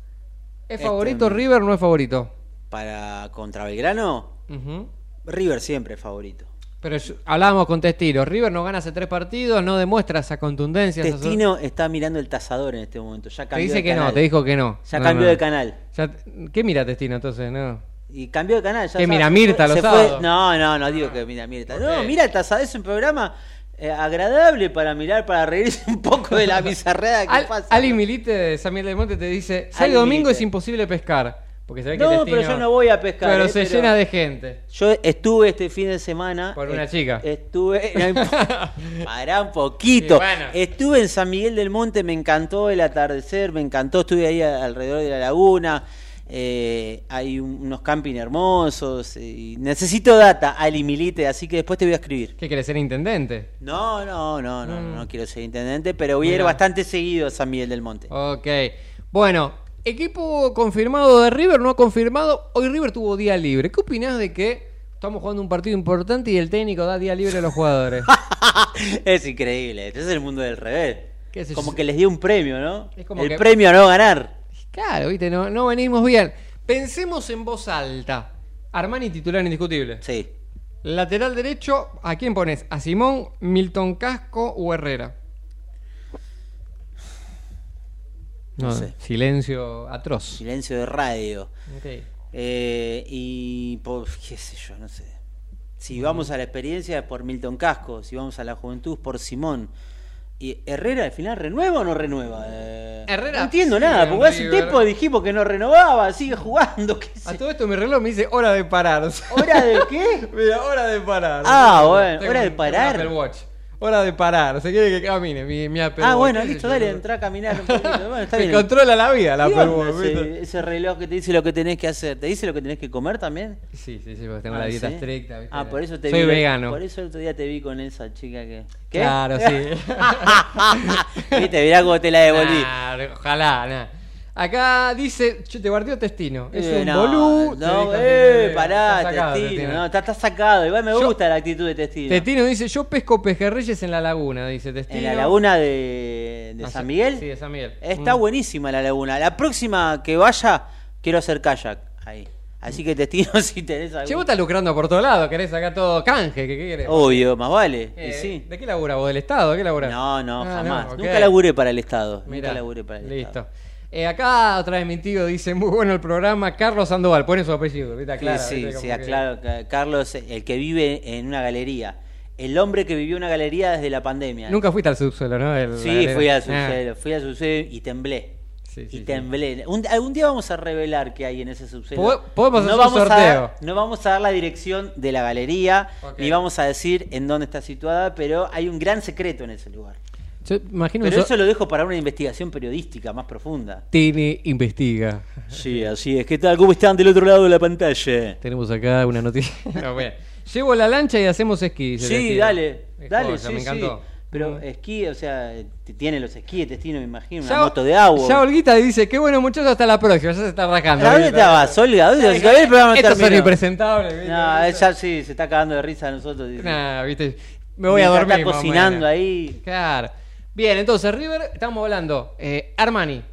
Speaker 3: ¿Es
Speaker 4: Este
Speaker 3: favorito
Speaker 4: domingo.
Speaker 3: River no es favorito?
Speaker 4: Para contra Belgrano,
Speaker 3: Ujú.
Speaker 4: River siempre es favorito.
Speaker 3: Pero yo- hablábamos con Testino. River no gana hace tres partidos, no demuestra esa contundencia. esa-
Speaker 4: Testino está mirando el tazador en este momento. Ya
Speaker 3: Te
Speaker 4: cambió
Speaker 3: dice
Speaker 4: de
Speaker 3: que no,
Speaker 4: canal.
Speaker 3: te dijo que no.
Speaker 4: Ya
Speaker 3: No,
Speaker 4: cambió
Speaker 3: no.
Speaker 4: de canal.
Speaker 3: Ya- ¿Qué mira Testino entonces? No.
Speaker 4: Y cambió de canal. Ya
Speaker 3: ¿Qué
Speaker 4: sabe,
Speaker 3: mira,
Speaker 4: se
Speaker 3: Mirta los
Speaker 4: fue- se fue-
Speaker 3: sábados?
Speaker 4: No, no, no digo que mira Mirta.
Speaker 3: ¿Por
Speaker 4: No,
Speaker 3: qué?
Speaker 4: mira el tazador es un programa eh, agradable para mirar, para reírse un poco de la bizarreada que
Speaker 3: Al-
Speaker 4: pasa.
Speaker 3: Ali Milite de Samuel del Monte te dice: Sale
Speaker 4: Ali
Speaker 3: domingo
Speaker 4: Milite.
Speaker 3: es imposible pescar. Porque se ve que
Speaker 4: No,
Speaker 3: Testino-
Speaker 4: pero yo no voy a pescar,
Speaker 3: Pero
Speaker 4: eh,
Speaker 3: se
Speaker 4: pero-
Speaker 3: llena de gente.
Speaker 4: Yo estuve este fin de semana.
Speaker 3: Por una
Speaker 4: est-
Speaker 3: chica. [LAUGHS]
Speaker 4: Estuve. no imp- Pará un poquito.
Speaker 3: Y bueno.
Speaker 4: Estuve en San Miguel del Monte, me encantó el atardecer, me encantó. Estuve ahí a- alrededor de la laguna. eh, hay un- unos camping hermosos. eh, y necesito data, Ali Milite, así que después te voy a escribir.
Speaker 3: ¿Qué quiere ser intendente?
Speaker 4: No, no, no, no, no,
Speaker 3: Mm.
Speaker 4: quiero ser intendente, pero voy a ir
Speaker 3: Mirá.
Speaker 4: bastante seguido a San Miguel del Monte.
Speaker 3: Ok. Bueno, equipo confirmado de River, no ha confirmado. Hoy River tuvo día libre. ¿Qué opinás de que Estamos jugando un partido importante y el técnico da día libre a los jugadores.
Speaker 4: [LAUGHS] es increíble. Este es el mundo del revés.
Speaker 3: ¿Qué es eso?
Speaker 4: como que les dio un premio, ¿no?
Speaker 3: Es como
Speaker 4: el
Speaker 3: que-
Speaker 4: premio a no ganar.
Speaker 3: claro, viste, no, no venimos bien. Pensemos en voz alta. Armani titular indiscutible.
Speaker 4: Sí.
Speaker 3: Lateral derecho, ¿a quién pones? ¿A Simón, Milton Casco o Herrera?
Speaker 4: No sé.
Speaker 3: Silencio atroz.
Speaker 4: Silencio de radio.
Speaker 3: Ok.
Speaker 4: Eh, y por, qué sé yo, no sé. Si vamos a la experiencia por Milton Casco, si vamos a la juventud por Simón. ¿Y Herrera al final renueva o no renueva? Eh,
Speaker 3: Herrera
Speaker 4: no entiendo
Speaker 3: sigue
Speaker 4: nada,
Speaker 3: en
Speaker 4: porque hace un
Speaker 3: River.
Speaker 4: tiempo dijimos que no renovaba, sigue jugando, qué
Speaker 3: A
Speaker 4: sé.
Speaker 3: todo esto mi reloj me dice hora de parar.
Speaker 4: ¿Hora de qué?
Speaker 3: [LAUGHS] Mira, hora de parar.
Speaker 4: Ah, bueno,
Speaker 3: Tengo
Speaker 4: hora de
Speaker 3: un-
Speaker 4: parar.
Speaker 3: tengo un Apple Watch. Hora de parar. Se quiere que camine mi, mi Apple
Speaker 4: ah,
Speaker 3: Watch.
Speaker 4: bueno,
Speaker 3: ¿Qué sé
Speaker 4: listo,
Speaker 3: yo?
Speaker 4: dale, entra a caminar un poquito. Bueno, está
Speaker 3: Me
Speaker 4: bien.
Speaker 3: controla la vida la
Speaker 4: ¿Qué
Speaker 3: Apple
Speaker 4: onda
Speaker 3: Watch. ¿viste?
Speaker 4: ese, ese reloj que te dice lo que tenés que hacer, ¿te dice lo que tenés que comer también?
Speaker 3: Sí, sí, sí, porque tengo
Speaker 4: Ah,
Speaker 3: la dieta
Speaker 4: ¿sí?
Speaker 3: estricta. ¿viste?
Speaker 4: Ah, por eso te
Speaker 3: Soy
Speaker 4: vi-
Speaker 3: vegano.
Speaker 4: Por eso el otro día te vi con esa chica que. ¿Qué?
Speaker 3: Claro, [LAUGHS]
Speaker 4: [LAUGHS]
Speaker 3: sí.
Speaker 4: Viste, mirá cómo te la devolví.
Speaker 3: Nah, ojalá, nah. Acá dice, yo te guardió Testino. Es
Speaker 4: Eh,
Speaker 3: un
Speaker 4: no,
Speaker 3: boludo.
Speaker 4: No,
Speaker 3: Te-
Speaker 4: eh,
Speaker 3: te-
Speaker 4: pará,
Speaker 3: está sacado,
Speaker 4: Testino. No, está, está sacado. Igual me
Speaker 3: Yo-
Speaker 4: gusta la actitud de este Testino.
Speaker 3: Testino dice, yo pesco pejerreyes en la laguna, dice Testino.
Speaker 4: En la laguna de, de
Speaker 3: No sé,
Speaker 4: San Miguel.
Speaker 3: Ah, Sí, de San Miguel.
Speaker 4: Está
Speaker 3: Mm.
Speaker 4: buenísima la laguna. La próxima que vaya, quiero hacer kayak ahí. Así que Testino, [LAUGHS] si tenés
Speaker 3: Che, vos
Speaker 4: algo.
Speaker 3: estás lucrando por todos lados, querés sacar todo canje, ¿qué, qué querés?
Speaker 4: Obvio, más vale. Oh, y
Speaker 3: Eh,
Speaker 4: sí.
Speaker 3: ¿De qué labura vos? ¿Del Estado? ¿De qué labura?
Speaker 4: No, no, jamás. Nunca
Speaker 3: ok.
Speaker 4: laburé para el Estado.
Speaker 3: Mirá,
Speaker 4: Nunca laburé para el
Speaker 3: Listo.
Speaker 4: Estado.
Speaker 3: Eh, acá otra vez mi tío dice, muy bueno el programa, Carlos Sandoval, pone su apellido, ¿viste? Aclara,
Speaker 4: sí,
Speaker 3: ¿viste?
Speaker 4: sí,
Speaker 3: Como
Speaker 4: sí,
Speaker 3: que-
Speaker 4: aclaro. ca- Carlos, el que vive en una galería. El hombre que vivió una galería desde la pandemia.
Speaker 3: Nunca fuiste al subsuelo, ¿no? El-
Speaker 4: Sí,
Speaker 3: la-
Speaker 4: fui
Speaker 3: Ah,
Speaker 4: a subsuelo, fui a subsuelo y temblé.
Speaker 3: Sí, sí,
Speaker 4: y
Speaker 3: sí.
Speaker 4: temblé. Un- algún día vamos a revelar qué hay en ese subsuelo.
Speaker 3: Pod- podemos hacer un
Speaker 4: vamos A dar,
Speaker 3: sorteo.
Speaker 4: no vamos a dar la dirección de la galería,
Speaker 3: Ok.
Speaker 4: ni vamos a decir en dónde está situada, pero hay un gran secreto en ese lugar.
Speaker 3: Yo imagino
Speaker 4: Pero
Speaker 3: un
Speaker 4: eso lo dejo para una investigación periodística más profunda.
Speaker 3: Tele investiga.
Speaker 4: Sí, así es. ¿Qué tal? ¿Cómo están del otro lado de la pantalla?
Speaker 3: Tenemos acá una
Speaker 4: [LAUGHS]
Speaker 3: noticia. No, bueno. Llevo la lancha y hacemos esquí. dice
Speaker 4: Sí,
Speaker 3: Testino.
Speaker 4: dale,
Speaker 3: Es
Speaker 4: dale,
Speaker 3: joya,
Speaker 4: sí,
Speaker 3: me
Speaker 4: sí.
Speaker 3: encantó.
Speaker 4: Pero
Speaker 3: Mm.
Speaker 4: esquí, o sea, t- tiene los esquíes, testino, me imagino, una
Speaker 3: Ya-
Speaker 4: moto de agua.
Speaker 3: Ya Olguita dice, qué bueno muchachos, hasta la próxima, ya se está rajando.
Speaker 4: ¿A dónde
Speaker 3: Olguita.
Speaker 4: estabas, Olga? ¿Dónde-
Speaker 3: Ay,
Speaker 4: si todavía el programa no
Speaker 3: Estos son
Speaker 4: terminó.
Speaker 3: impresentables. ¿viste?
Speaker 4: No, ella sí, se está cagando de risa a nosotros. dice.
Speaker 3: Nah, viste, me voy a
Speaker 4: Mientras
Speaker 3: dormir.
Speaker 4: Está
Speaker 3: más o
Speaker 4: cocinando
Speaker 3: menos.
Speaker 4: ahí.
Speaker 3: Claro. Bien, entonces River, estamos hablando. eh, Armani.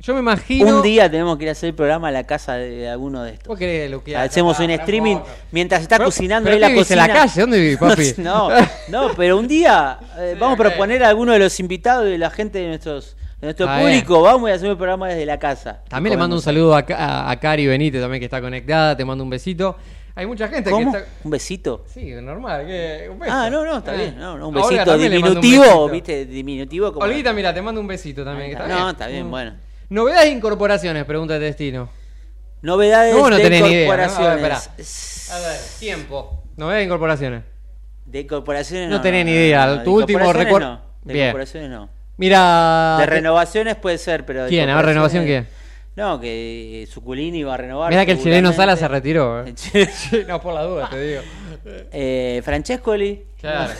Speaker 3: Yo me imagino...
Speaker 4: Un día tenemos que ir a hacer el programa a la casa de alguno de estos.
Speaker 3: Vos querés luquear,
Speaker 4: Ah, Hacemos
Speaker 3: ya
Speaker 4: un
Speaker 3: está,
Speaker 4: streaming
Speaker 3: pará, poco.
Speaker 4: mientras está
Speaker 3: Pero-
Speaker 4: cocinando
Speaker 3: pero
Speaker 4: ahí la
Speaker 3: ¿qué vivís en
Speaker 4: cocina.
Speaker 3: la calle? ¿Dónde vivís, papi?
Speaker 4: [LAUGHS] No, no, pero un día eh,
Speaker 3: Sí,
Speaker 4: vamos
Speaker 3: ok.
Speaker 4: a proponer a alguno de los invitados y de la gente de nuestros de nuestro
Speaker 3: Está
Speaker 4: público. Vamos a hacer el programa desde la casa.
Speaker 3: También le mando un
Speaker 4: Comemos.
Speaker 3: saludo a, Ca- a, a Cari Benítez también que está conectada, te mando un besito. Hay mucha gente
Speaker 4: ¿Cómo?
Speaker 3: que está...
Speaker 4: ¿Un besito?
Speaker 3: Sí, normal, que un beso.
Speaker 4: Ah, no, no, está
Speaker 3: Ah.
Speaker 4: bien. No, no, un
Speaker 3: A Olga
Speaker 4: besito
Speaker 3: también le mando un
Speaker 4: diminutivo,
Speaker 3: besito.
Speaker 4: ¿viste? Diminutivo como.
Speaker 3: Olguita, mira, te mando un besito también.
Speaker 4: Ahí
Speaker 3: que
Speaker 4: está.
Speaker 3: está
Speaker 4: No, está bien,
Speaker 3: Mm.
Speaker 4: bueno.
Speaker 3: Novedades e incorporaciones, pregunta de destino.
Speaker 4: Novedades
Speaker 3: No, vos no
Speaker 4: de
Speaker 3: tenés ni idea. ¿no?
Speaker 4: corporaciones.
Speaker 3: A ver, pará. A ver, tiempo. Novedades e incorporaciones.
Speaker 4: De corporaciones
Speaker 3: No
Speaker 4: no.
Speaker 3: tenés ni idea,
Speaker 4: de
Speaker 3: tu último
Speaker 4: corporaciones
Speaker 3: recuer-
Speaker 4: No. De
Speaker 3: Bien.
Speaker 4: corporaciones no.
Speaker 3: Mira.
Speaker 4: De renovaciones puede ser, pero. de
Speaker 3: Ah, ¿Quién? A ver,
Speaker 4: corporaciones-
Speaker 3: ¿renovación
Speaker 4: No, que eh, Suculini va a renovar.
Speaker 3: Mirá que el chileno Sala se
Speaker 4: seguramente.
Speaker 3: retiró. eh.
Speaker 4: Sí.
Speaker 3: no, por la duda, te digo.
Speaker 4: Eh, Francescoli.
Speaker 3: [LAUGHS] Claro.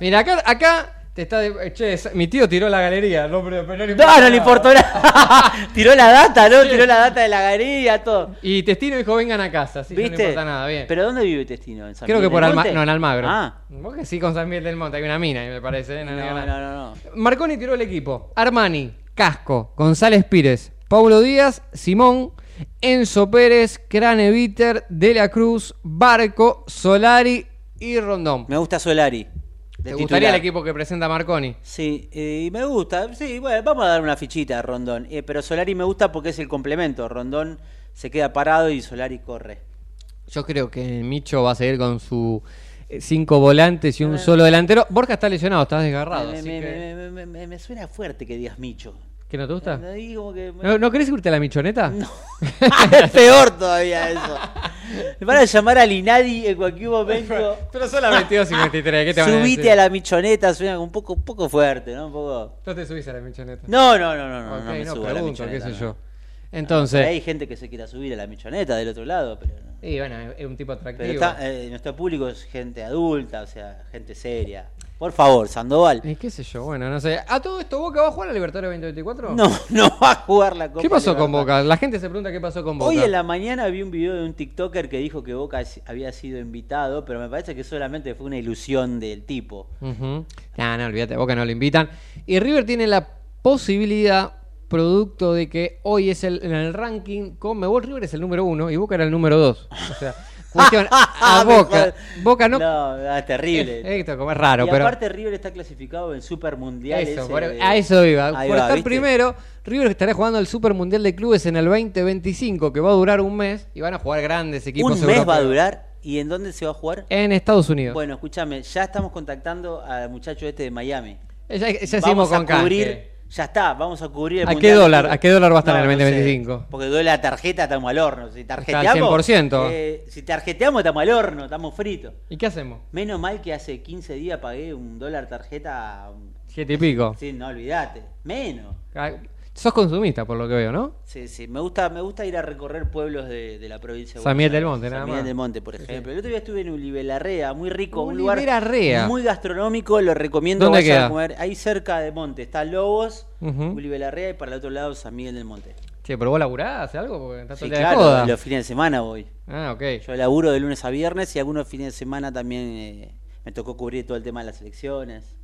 Speaker 3: Mira, acá, acá te está. de- Che, sa- mi tío tiró la galería. No, pero, pero no le
Speaker 4: No,
Speaker 3: importa
Speaker 4: no
Speaker 3: nada.
Speaker 4: le importó nada. [LAUGHS] Tiró la data, ¿no? Tiró la data de la galería, todo.
Speaker 3: Y Testino dijo: vengan a casa. Sí,
Speaker 4: ¿Viste?
Speaker 3: No le importa nada, bien.
Speaker 4: ¿Pero dónde vive Testino? ¿En San
Speaker 3: Creo que
Speaker 4: Miguel
Speaker 3: por
Speaker 4: del
Speaker 3: Alma-
Speaker 4: Monte?
Speaker 3: no, en Almagro.
Speaker 4: Ah.
Speaker 3: Vos que sí con San Miguel del Monte, hay una mina, me parece. ¿eh? No,
Speaker 4: No,
Speaker 3: no, no.
Speaker 4: no, no, no.
Speaker 3: Marconi tiró el equipo. Armani, Casco, González Pires, Paulo Díaz, Simón, Enzo Pérez, Craneviter, De la Cruz, Barco, Solari y Rondón.
Speaker 4: Me gusta Solari. de
Speaker 3: ¿Te
Speaker 4: titular.
Speaker 3: gustaría el equipo que presenta Marconi?
Speaker 4: Sí, eh, y me gusta. Sí, bueno, vamos a dar una fichita a Rondón. Eh, pero Solari me gusta porque es el complemento. Rondón se queda parado y Solari corre.
Speaker 3: Yo creo que Micho va a seguir con su eh, cinco volantes y un solo delantero. Borja está lesionado, está desgarrado.
Speaker 4: Ah. me,
Speaker 3: así
Speaker 4: me-
Speaker 3: que...
Speaker 4: me- me- me- me suena fuerte que digas Micho.
Speaker 3: ¿Que no te gusta?
Speaker 4: No, digo como que-
Speaker 3: ¿No, no querés irte a la michoneta? [LAUGHS] No.
Speaker 4: es peor todavía eso. Me van a llamar al Inadi en cualquier momento.
Speaker 3: Pero son las
Speaker 4: [LAUGHS]
Speaker 3: 22.53, [LAUGHS] ¿qué te van a
Speaker 4: Subite
Speaker 3: decir?
Speaker 4: a la michoneta, suena un poco, un poco fuerte, ¿no? Un poco...
Speaker 3: No te subís a la michoneta.
Speaker 4: No, no, no, no, no,
Speaker 3: Ok,
Speaker 4: no me
Speaker 3: no,
Speaker 4: subo a la
Speaker 3: pregunto, qué
Speaker 4: michoneta.
Speaker 3: sé
Speaker 4: no.
Speaker 3: yo.
Speaker 4: Por
Speaker 3: Entonces...
Speaker 4: ahí Hay gente que se quiera subir a la michoneta del otro lado, pero no. eh,
Speaker 3: Y bueno, es un tipo atractivo.
Speaker 4: Pero está, eh, nuestro público es gente adulta, o sea, gente seria. Por favor, Sandoval.
Speaker 3: Y qué sé yo, bueno, no sé. ¿A todo esto Boca va a jugar a Libertadores 2024?
Speaker 4: No, no va a jugar la Copa.
Speaker 3: ¿Qué pasó con
Speaker 4: Libertadores.
Speaker 3: Boca? La gente se pregunta qué pasó con Boca.
Speaker 4: Hoy en la mañana vi un video de un TikToker que dijo que Boca es- había sido invitado, pero me parece que solamente fue una ilusión del tipo.
Speaker 3: Ujú. No, no, olvídate, Boca no lo invitan. Y River tiene la posibilidad, producto de que hoy es el, en el ranking con Mebol, River es el número uno y Boca era el número dos. O
Speaker 4: [LAUGHS]
Speaker 3: sea, cuestión a
Speaker 4: Ah, Me
Speaker 3: Boca.
Speaker 4: jod-
Speaker 3: Boca no.
Speaker 4: No, es terrible.
Speaker 3: Eh, [LAUGHS] esto como es raro,
Speaker 4: y
Speaker 3: pero.
Speaker 4: aparte River está clasificado en Super Mundial.
Speaker 3: Eso,
Speaker 4: ese
Speaker 3: por-
Speaker 4: de-
Speaker 3: a eso iba.
Speaker 4: Ahí
Speaker 3: por
Speaker 4: va,
Speaker 3: estar
Speaker 4: ¿viste?
Speaker 3: primero, River estará jugando el Super Mundial de Clubes en el 2025, que va a durar un mes y van a jugar grandes
Speaker 4: Un
Speaker 3: equipos
Speaker 4: mes
Speaker 3: europeos.
Speaker 4: va a durar. ¿Y en dónde se va a jugar?
Speaker 3: En Estados Unidos.
Speaker 4: Bueno, escúchame, ya estamos contactando al muchacho este de Miami.
Speaker 3: ya ya seguimos
Speaker 4: vamos a
Speaker 3: con canje.
Speaker 4: cubrir, ya está, vamos a cubrir el
Speaker 3: ¿A qué
Speaker 4: Mundial de
Speaker 3: dólar?
Speaker 4: Clubes.
Speaker 3: ¿A qué dólar va a estar en el
Speaker 4: sé,
Speaker 3: 2025?
Speaker 4: porque duele la tarjeta, estamos al horno. Si
Speaker 3: al
Speaker 4: tarjeteamos,
Speaker 3: 100%.
Speaker 4: eh, si tarjeteamos, estamos al horno, estamos fritos.
Speaker 3: ¿Y qué hacemos?
Speaker 4: Menos mal que hace 15 días pagué un dólar tarjeta. un-
Speaker 3: Siete y pico.
Speaker 4: Sí, no olvidate. Menos.
Speaker 3: Ah, Sos consumista, por lo que veo, ¿no?
Speaker 4: Sí, sí. Me gusta, me gusta ir a recorrer pueblos de, de la provincia de
Speaker 3: San Miguel
Speaker 4: Buenos
Speaker 3: del
Speaker 4: Aires.
Speaker 3: Monte,
Speaker 4: San
Speaker 3: nada
Speaker 4: Miguel
Speaker 3: más.
Speaker 4: del Monte, por ejemplo. El otro día estuve en Ulibelarrea, muy rico, un
Speaker 3: Ulibelarrea.
Speaker 4: lugar muy gastronómico, lo recomiendo
Speaker 3: ¿Dónde
Speaker 4: vayan
Speaker 3: queda?
Speaker 4: a comer. Ahí cerca de Monte, está Lobos,
Speaker 3: Ujú.
Speaker 4: Ulibelarrea y para el otro lado San Miguel del Monte.
Speaker 3: Che, pero vos laburás, ¿hace algo? Porque estás
Speaker 4: Sí,
Speaker 3: todo el día de joda.
Speaker 4: claro, los fines de semana voy.
Speaker 3: Ah, ok.
Speaker 4: Yo laburo de lunes a viernes y algunos fines de semana también eh, me tocó cubrir todo el tema de las elecciones.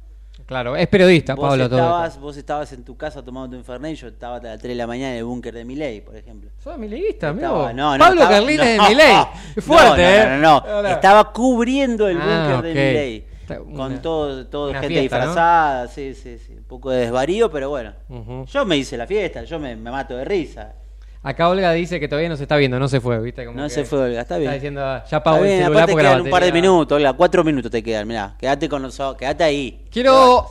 Speaker 3: Claro, es periodista,
Speaker 4: Vos
Speaker 3: Pablo. Todo
Speaker 4: estabas, vos estabas en tu casa tomando un Fernet, yo estaba a las 3 de la mañana en el búnker de Miley, por ejemplo.
Speaker 3: Sos mileguista, amigo.
Speaker 4: Estaba- no, no,
Speaker 3: Pablo
Speaker 4: estaba-
Speaker 3: Carlines
Speaker 4: no,
Speaker 3: de
Speaker 4: [LAUGHS]
Speaker 3: Miley. Fuerte,
Speaker 4: no, no,
Speaker 3: ¿eh?
Speaker 4: no, no, no.
Speaker 3: Hola.
Speaker 4: Estaba cubriendo el
Speaker 3: Ah,
Speaker 4: búnker
Speaker 3: ok.
Speaker 4: de Miley.
Speaker 3: Está- una-
Speaker 4: Con todo, todo
Speaker 3: una
Speaker 4: gente
Speaker 3: fiesta, ¿no?
Speaker 4: disfrazada, sí, sí, sí. Un poco de desvarío, pero bueno.
Speaker 3: Ujú.
Speaker 4: Yo me hice la fiesta, yo me, me mato de risa.
Speaker 3: Acá Olga dice que todavía no se está viendo, no se fue, ¿viste? Como
Speaker 4: No
Speaker 3: que
Speaker 4: se fue, Olga, está bien.
Speaker 3: Está diciendo, "Ah, ya
Speaker 4: Está
Speaker 3: pago el
Speaker 4: bien,
Speaker 3: celular
Speaker 4: aparte
Speaker 3: porque la
Speaker 4: quedan un par de
Speaker 3: batería-
Speaker 4: minutos, Olga, cuatro minutos te quedan, mirá. Quédate con nosotros, quédate ahí.
Speaker 3: Quiero,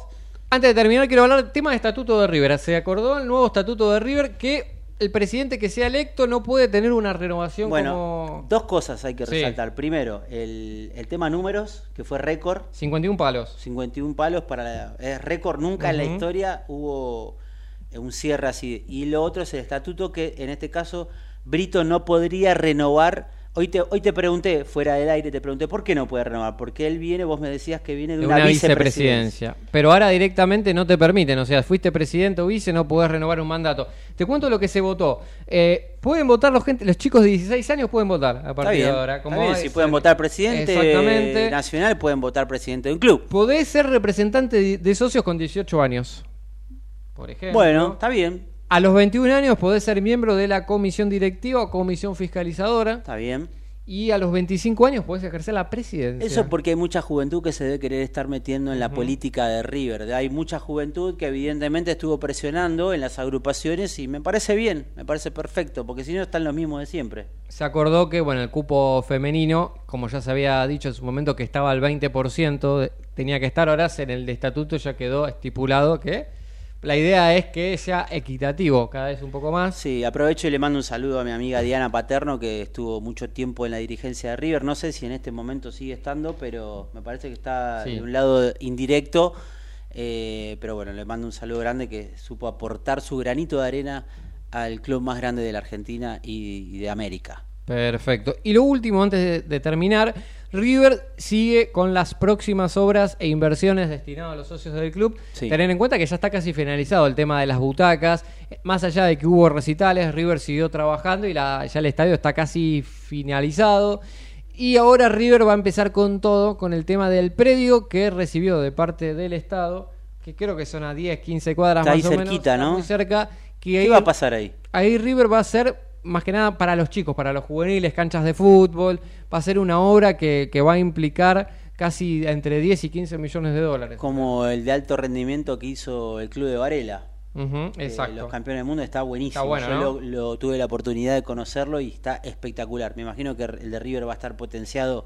Speaker 3: antes de terminar, quiero hablar del tema de estatuto de River. Se acordó el nuevo estatuto de River que el presidente que sea electo no puede tener una renovación
Speaker 4: Bueno,
Speaker 3: como
Speaker 4: dos cosas hay que
Speaker 3: Sí.
Speaker 4: resaltar. Primero, el, el tema números, que fue récord.
Speaker 3: 51 palos.
Speaker 4: 51 palos para la- es récord nunca en la
Speaker 3: Ujú.
Speaker 4: historia hubo eh, un cierre así y lo otro es el estatuto que en este caso Brito no podría renovar hoy te hoy te pregunté fuera del aire te pregunté por qué no puede renovar porque él viene vos me decías que viene de
Speaker 3: De
Speaker 4: una,
Speaker 3: una
Speaker 4: vicepresidencia
Speaker 3: vicepresidencia. Pero ahora directamente no te permiten. O sea, fuiste presidente o vice, no podés renovar un mandato. Te cuento lo que se votó. Eh, pueden votar los, gente, los chicos de 16 años, pueden votar a
Speaker 4: está
Speaker 3: partir
Speaker 4: bien,
Speaker 3: de ahora.
Speaker 4: está
Speaker 3: como
Speaker 4: bien,
Speaker 3: hay-
Speaker 4: si pueden votar presidente
Speaker 3: Exactamente.
Speaker 4: nacional pueden votar presidente de un club
Speaker 3: Podés ser representante de- de socios con 18 años. Por ejemplo.
Speaker 4: bueno está bien
Speaker 3: A los 21 años podés ser miembro de la comisión directiva o comisión fiscalizadora
Speaker 4: está bien
Speaker 3: y a los 25 años podés ejercer la presidencia.
Speaker 4: Eso porque hay mucha juventud que se debe querer estar metiendo en la política de River. Hay mucha juventud que evidentemente estuvo presionando en las agrupaciones y me parece bien, me parece perfecto, porque si no están los mismos de siempre.
Speaker 3: Se acordó que, bueno, el cupo femenino, como ya se había dicho en su momento que estaba al 20%, de- tenía que estar ahora en el estatuto ya quedó estipulado que la idea es que sea equitativo cada vez un poco más.
Speaker 4: Sí, aprovecho y le mando un saludo a mi amiga Diana Paterno, que estuvo mucho tiempo en la dirigencia de River. No sé si en este momento sigue estando, pero me parece que está
Speaker 3: Sí.
Speaker 4: de un lado indirecto. Eh, pero bueno, le mando un saludo grande que supo aportar su granito de arena al club más grande de la Argentina y- y de América.
Speaker 3: Perfecto. Y lo último, antes de, de terminar, River sigue con las próximas obras e inversiones destinadas a los socios del club.
Speaker 4: Sí.
Speaker 3: Tener en cuenta que ya está casi finalizado el tema de las butacas. Más allá de que hubo recitales, River siguió trabajando y la- ya el estadio está casi finalizado. Y ahora River va a empezar con todo, con el tema del predio que recibió de parte del Estado, que creo que son a 10, 15 cuadras
Speaker 4: Está ahí
Speaker 3: más o menos.
Speaker 4: cerquita,
Speaker 3: está
Speaker 4: ¿no?
Speaker 3: Muy cerca. Que
Speaker 4: ¿Qué
Speaker 3: ahí-
Speaker 4: va a pasar ahí?
Speaker 3: Ahí River va a ser más que nada para los chicos, para los juveniles, canchas de fútbol. Va a ser una obra que, que va a implicar casi entre 10 y 15 millones de dólares.
Speaker 4: Como el de alto rendimiento que hizo el club de Varela.
Speaker 3: Ujú,
Speaker 4: eh,
Speaker 3: exacto.
Speaker 4: los campeones del mundo está buenísimo.
Speaker 3: Está bueno,
Speaker 4: Yo
Speaker 3: ¿no?
Speaker 4: lo, lo tuve la oportunidad de conocerlo y está espectacular. Me imagino que el de River va a estar potenciado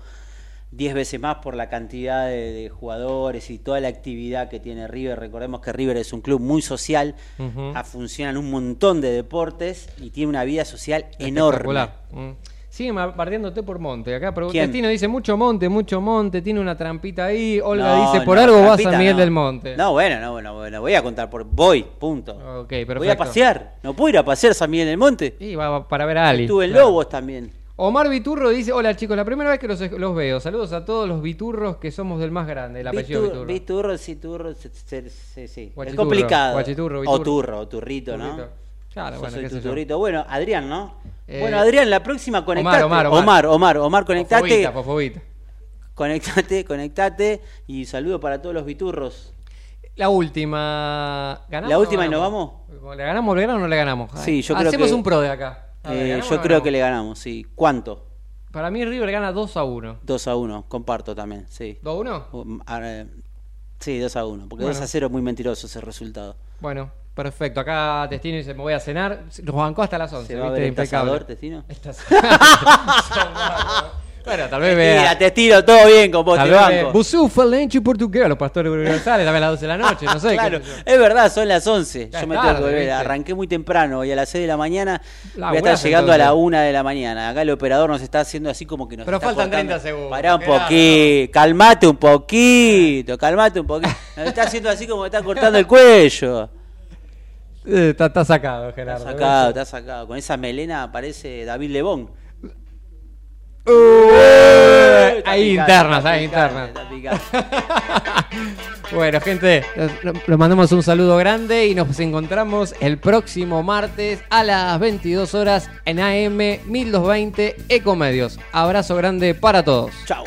Speaker 4: 10 veces más por la cantidad de, de jugadores y toda la actividad que tiene River. Recordemos que River es un club muy social,
Speaker 3: Ujú.
Speaker 4: ah, funcionan un montón de deportes y tiene una vida social enorme.
Speaker 3: Espectacular. Mm. Siguen bardeándote por Monte. Acá pregunta-
Speaker 4: ¿Quién?
Speaker 3: Tino dice mucho Monte, mucho Monte. Tiene una trampita ahí. Olga
Speaker 4: No,
Speaker 3: dice por
Speaker 4: no,
Speaker 3: algo vas
Speaker 4: trampita
Speaker 3: a Miguel
Speaker 4: no.
Speaker 3: del Monte.
Speaker 4: No, bueno, no, bueno, bueno, voy a contar por voy, punto.
Speaker 3: Ok, perfecto.
Speaker 4: Voy a pasear, no puedo ir a pasear a San Miguel del Monte.
Speaker 3: Y va va para ver a Ali.
Speaker 4: Estuve en
Speaker 3: claro.
Speaker 4: Lobos también.
Speaker 3: Omar Viturro dice, hola chicos, la primera vez que los, los veo. Saludos a todos los Viturros que somos del más grande, el apellido
Speaker 4: Vitur-
Speaker 3: Viturro.
Speaker 4: Viturro, Citurro, se- se- se- sí. Es
Speaker 3: Guachiturro,
Speaker 4: complicado.
Speaker 3: guachiturro,
Speaker 4: o
Speaker 3: Viturro.
Speaker 4: turro, o turrito, ¿no?
Speaker 3: Turrito. Claro,
Speaker 4: Yo
Speaker 3: bueno,
Speaker 4: soy
Speaker 3: qué sé
Speaker 4: tu
Speaker 3: yo.
Speaker 4: turrito. Bueno, Adrián, ¿no?
Speaker 3: Eh,
Speaker 4: bueno, Adrián, la próxima conectate.
Speaker 3: Omar, Omar.
Speaker 4: Omar, Omar, Omar, conectate.
Speaker 3: Fofobita, fofobita.
Speaker 4: Conectate, conectate. Y saludo para todos los Viturros.
Speaker 3: La última. ¿Ganamos?
Speaker 4: La
Speaker 3: o no
Speaker 4: última y nos
Speaker 3: ¿Le ganamos Belgrano o no le ganamos? Ay,
Speaker 4: Sí, yo creo
Speaker 3: Hacemos
Speaker 4: que-
Speaker 3: un pro de acá. A ver,
Speaker 4: Eh,
Speaker 3: ¿ganamos o
Speaker 4: yo
Speaker 3: no
Speaker 4: creo que le
Speaker 3: ganamos?
Speaker 4: ganamos, sí. ¿Cuánto?
Speaker 3: Para mí River gana 2 a 1.
Speaker 4: 2 a 1, comparto también, sí.
Speaker 3: ¿2 a 1?
Speaker 4: Um, ahora, eh, Sí, 2 a 1, porque
Speaker 3: Bueno.
Speaker 4: 2 a 0 es muy mentiroso ese resultado.
Speaker 3: Bueno, perfecto. Acá Testino dice: Me voy a cenar. Nos bancó hasta las 11.
Speaker 4: ¿Se va a
Speaker 3: ¿viste?
Speaker 4: ver el
Speaker 3: Impecable.
Speaker 4: tasador, Testino?
Speaker 3: El [LAUGHS] tasador. bueno, tal vez
Speaker 4: Mira,
Speaker 3: vea. eh,
Speaker 4: te tiro todo bien con vos, te
Speaker 3: Tal vez vea.
Speaker 4: banco.
Speaker 3: Busú fue lencho portugués. Los pastores universales, tal vez a las 12 de la noche. No sé. qué
Speaker 4: Claro,
Speaker 3: sé yo.
Speaker 4: es verdad, son las 11.
Speaker 3: Ya
Speaker 4: Yo
Speaker 3: es
Speaker 4: me tengo
Speaker 3: tarde,
Speaker 4: que volver.
Speaker 3: ¿viste?
Speaker 4: Arranqué muy temprano y a las 6 de la mañana voy a estar
Speaker 3: Laburás,
Speaker 4: llegando a la
Speaker 3: entonces.
Speaker 4: 1 de la mañana. Acá el operador nos está haciendo así como que nos
Speaker 3: Pero
Speaker 4: está
Speaker 3: faltan
Speaker 4: cortando.
Speaker 3: 30 segundos,
Speaker 4: Pará un
Speaker 3: Gerardo.
Speaker 4: poquito, calmate un poquito, calmate
Speaker 3: [LAUGHS]
Speaker 4: un poquito. Nos está haciendo así como que está cortando el cuello.
Speaker 3: Eh, Está, está sacado,
Speaker 4: Está
Speaker 3: Gerardo.
Speaker 4: sacado, está sacado. Con esa melena parece David Lebón.
Speaker 3: Eh,
Speaker 4: Está
Speaker 3: Hay
Speaker 4: picante,
Speaker 3: internas,
Speaker 4: está
Speaker 3: hay
Speaker 4: picante,
Speaker 3: internas.
Speaker 4: está picante.
Speaker 3: [LAUGHS] Bueno, gente, los- los mandamos un saludo grande y nos encontramos el próximo martes a las 22 horas en AM 1220 Ecomedios. Abrazo grande para todos.
Speaker 4: Chau.